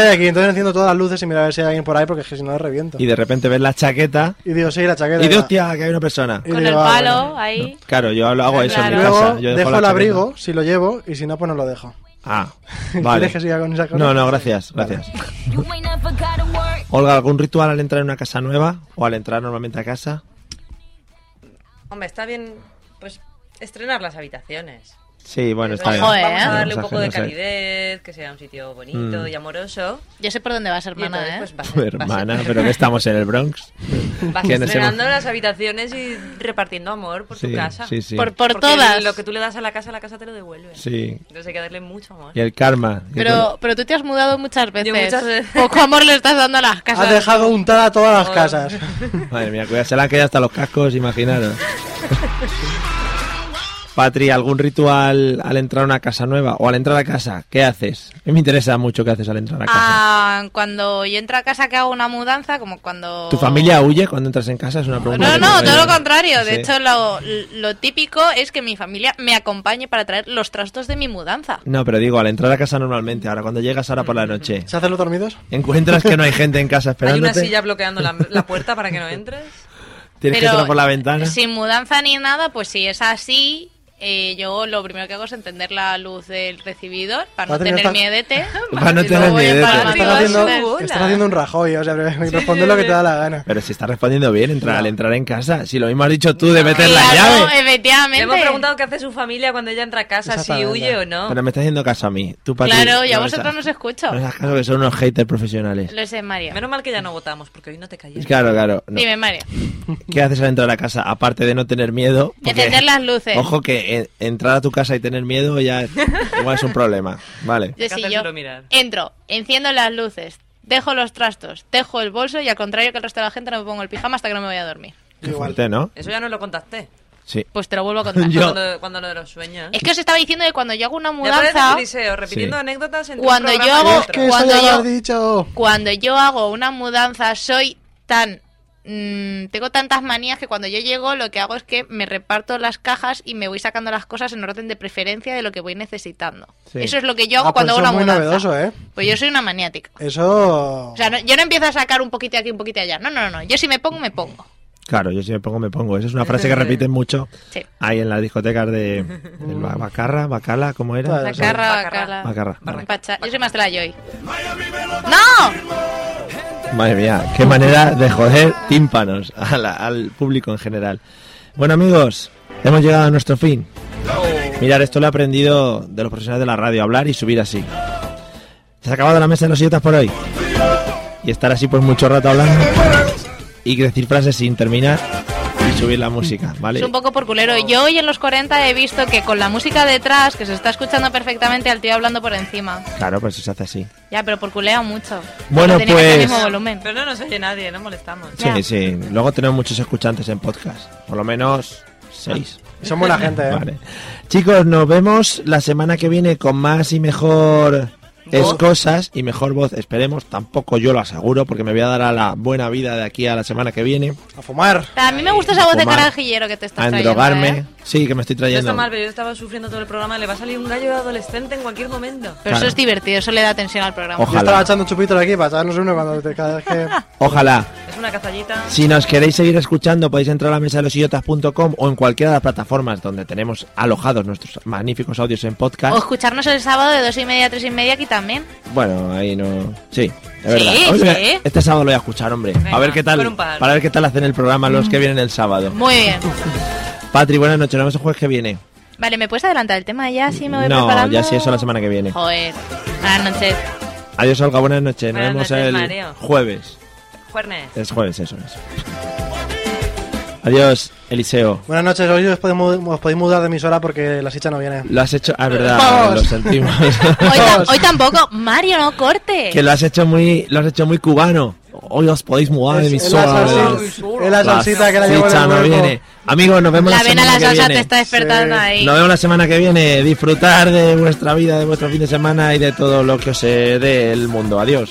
hay aquí? Entonces enciendo todas las luces y mira a ver si hay alguien por ahí, porque es que si no, reviento. Y de repente ves la chaqueta Y digo, sí, la chaqueta. y de ya. hostia, que hay una persona. Y Con el digo, ah, palo bueno. ahí. Claro, yo lo hago eso en mi Claro. casa. Luego Yo dejo la el chaqueta. abrigo si lo llevo y si no, pues no lo dejo. Ah, vale. ¿Quieres que siga con esa cosa? No, no, gracias, gracias. Olga, ¿algún ritual al entrar en una casa nueva o al entrar normalmente a casa? Hombre, está bien, pues, estrenar las habitaciones. Sí, bueno, está bien. Ojo, eh. Vamos a darle No un poco de exageres, no sé. calidez, que sea un sitio bonito Mm. y amoroso. Yo sé por dónde vas, Y hermana, entonces, ¿eh? pues, vas, Tu vas- hermana, pero que estamos en el Bronx. vas ¿Quién es estrenando hermana? las habitaciones y repartiendo amor por Sí, tu casa. sí, sí. Por- por Porque todas. Lo que tú le das a la casa, la casa te lo devuelve. Sí. Entonces hay que darle mucho amor. Y el karma. y todo. Pero, pero tú te has mudado muchas veces. muchas veces. Poco amor le estás dando a Ah, las casas. Has dejado untada todas las casas. Madre mía, cuidado, se le han quedado hasta los cascos, imaginaros. Patri, ¿algún ritual al entrar a una casa nueva o al entrar a casa? ¿Qué haces? A mí me interesa mucho qué haces al entrar a casa. Ah, cuando yo entro a casa que hago una mudanza, como cuando... ¿Tu familia huye cuando entras en casa? Es una pregunta. No, que no, tengo todo yo. lo contrario. De Sí. hecho, lo, lo típico es que mi familia me acompañe para traer los trastos de mi mudanza. No, pero digo, al entrar a casa normalmente, ahora cuando llegas ahora por la noche, ¿Se hacen los dormidos? encuentras que no hay gente en casa Hay una esperándote, silla bloqueando la, la puerta para que no entres. tienes que Pero entrar por la ventana. Sin mudanza ni nada, pues si es así, eh, yo lo primero que hago es entender la luz del recibidor para no Patri, no tener estás- miedete. Para no Y tener luego voy miedete. apagando Estás Digo, haciendo, sí, hola. estás haciendo un rajoy, o sea, responde lo que te da la gana. Pero si estás respondiendo bien entrar, al entrar en casa, si lo mismo has dicho tú de meter la Claro, eh, llave. Le efectivamente. hemos preguntado qué hace su familia cuando ella entra a casa, si Exactamente. huye o no. Pero me estás haciendo caso a mí. Tú, Patri, Claro, yo a no vosotros estás- no os escucho. No hagas caso que son unos haters profesionales. Lo sé, Mario. Menos mal que ya no votamos, porque hoy no te calles. Claro, claro. no. Dime, Mario. ¿Qué haces al entrar a la casa? Aparte de no tener miedo. porque- Encender las luces. Ojo que en- entrar a tu casa y tener miedo ya es- igual es un problema. Vale. Yo que sí, hacérselo yo mirar. entro, enciendo las luces, dejo los trastos, dejo el bolso y al contrario que el resto de la gente no me pongo el pijama hasta que no me voy a dormir. Qué fuerte, ¿no? Eso ya no lo contaste. Sí. Pues te lo vuelvo a contar. Yo- Cuando, cuando lo de los sueños. Es que os estaba diciendo que cuando yo hago una Ya parece mudanza, Eliseo, repitiendo Sí. anécdotas entre Cuando un yo programa y hago- Es otro. que eso Cuando ya lo yo- has dicho. cuando yo hago una mudanza soy tan mm, tengo tantas manías que cuando yo llego lo que hago es que me reparto las cajas y me voy sacando las cosas en orden de preferencia de lo que voy necesitando. Sí. Eso es lo que yo hago Ah, pues cuando hago eso una es muy mudanza. novedoso, ¿eh? Pues yo soy una maniática. Eso... O sea, no- yo no empiezo a sacar un poquito aquí, un poquito allá. No, no, no. Yo si me pongo, me pongo. Claro, yo si me pongo, me pongo. Esa es una frase que repiten mucho Sí. ahí en las discotecas de el ba- Bacarra, Bacala, ¿cómo era? Bacarra, bacala. Bacarra, vale. Pacha. Yo soy más de la Joy. ¡No! Madre mía, qué manera de joder tímpanos a la- al público en general. Bueno amigos, hemos llegado a nuestro fin. Mirar, esto lo he aprendido de los profesionales de la radio, hablar y subir así. Se ha acabado la mesa de los idiotas por hoy. Y estar así pues mucho rato hablando. Y decir frases sin terminar y subir la música, ¿vale? Es un poco por culero. Yo hoy en los 40 he visto que con la música detrás, que se está escuchando perfectamente al tío hablando por encima. Claro, pues se hace así. Ya, pero por culeo mucho. Bueno, No tenía que ser el pues- mismo volumen. Pero no nos oye nadie, no molestamos. Sí, sí. Luego tenemos muchos escuchantes en podcast. Por lo menos seis. Son buena gente, ¿eh? Vale. Chicos, nos vemos la semana que viene con más y mejor es cosas y mejor voz. Esperemos, tampoco yo lo aseguro, porque me voy a dar a la buena vida de aquí a la semana que viene. A fumar. A mí me gusta esa voz de Fumar. carajillero que te estás A trayendo. endrogarme. ¿eh? Sí, que me estoy No trayendo. está mal, pero yo estaba sufriendo todo el programa. Le va a salir un gallo adolescente en cualquier momento. Pero eso es divertido, eso le da tensión al programa. Yo estaba Ojalá. echando chupitos aquí para echarnos uno cuando te, cada vez que... Ojalá. Es una cazallita. Si nos queréis seguir escuchando, podéis entrar a la mesa de los idiotas.com o en cualquiera de las plataformas donde tenemos alojados nuestros magníficos audios en podcast. O escucharnos el sábado de dos y media a tres y media aquí también. Bueno, ahí no. Sí, es Sí, verdad. Hoy voy a- sí. Este sábado lo voy a escuchar, hombre. a Venga, ver qué con tal. un par. Para ver qué tal hacen el programa los que vienen el sábado. Muy bien. Patri, buenas noches. Nos vemos el jueves que viene. Vale, ¿me puedes adelantar el tema ya? Sí, me voy no, preparando. ya sí, eso la semana que viene. Joder. Buenas noches. Adiós, Olga. Buenas noches. Buenas Nos vemos noches, el Mario. jueves. Juernes. Es jueves, eso es. Adiós, Eliseo. Buenas noches, hoy os podéis, mu- os podéis mudar de emisora porque la sicha no viene. Lo has hecho. Ah, es verdad. Vamos. Lo sentimos. Hoy, ta- hoy tampoco. Mario, no corte. que lo has hecho muy, lo has hecho muy cubano. Hoy os podéis mudar de Es- mi es la sola. salsi- es la salsita que la llevo en el salsicha no cuerpo. viene. Amigos, nos vemos La la vena semana a la que salsa viene. te está despertando ahí. Nos vemos la semana que viene. Disfrutar de vuestra vida, de vuestro fin de semana y de todo lo que os eh, dé el mundo. Adiós.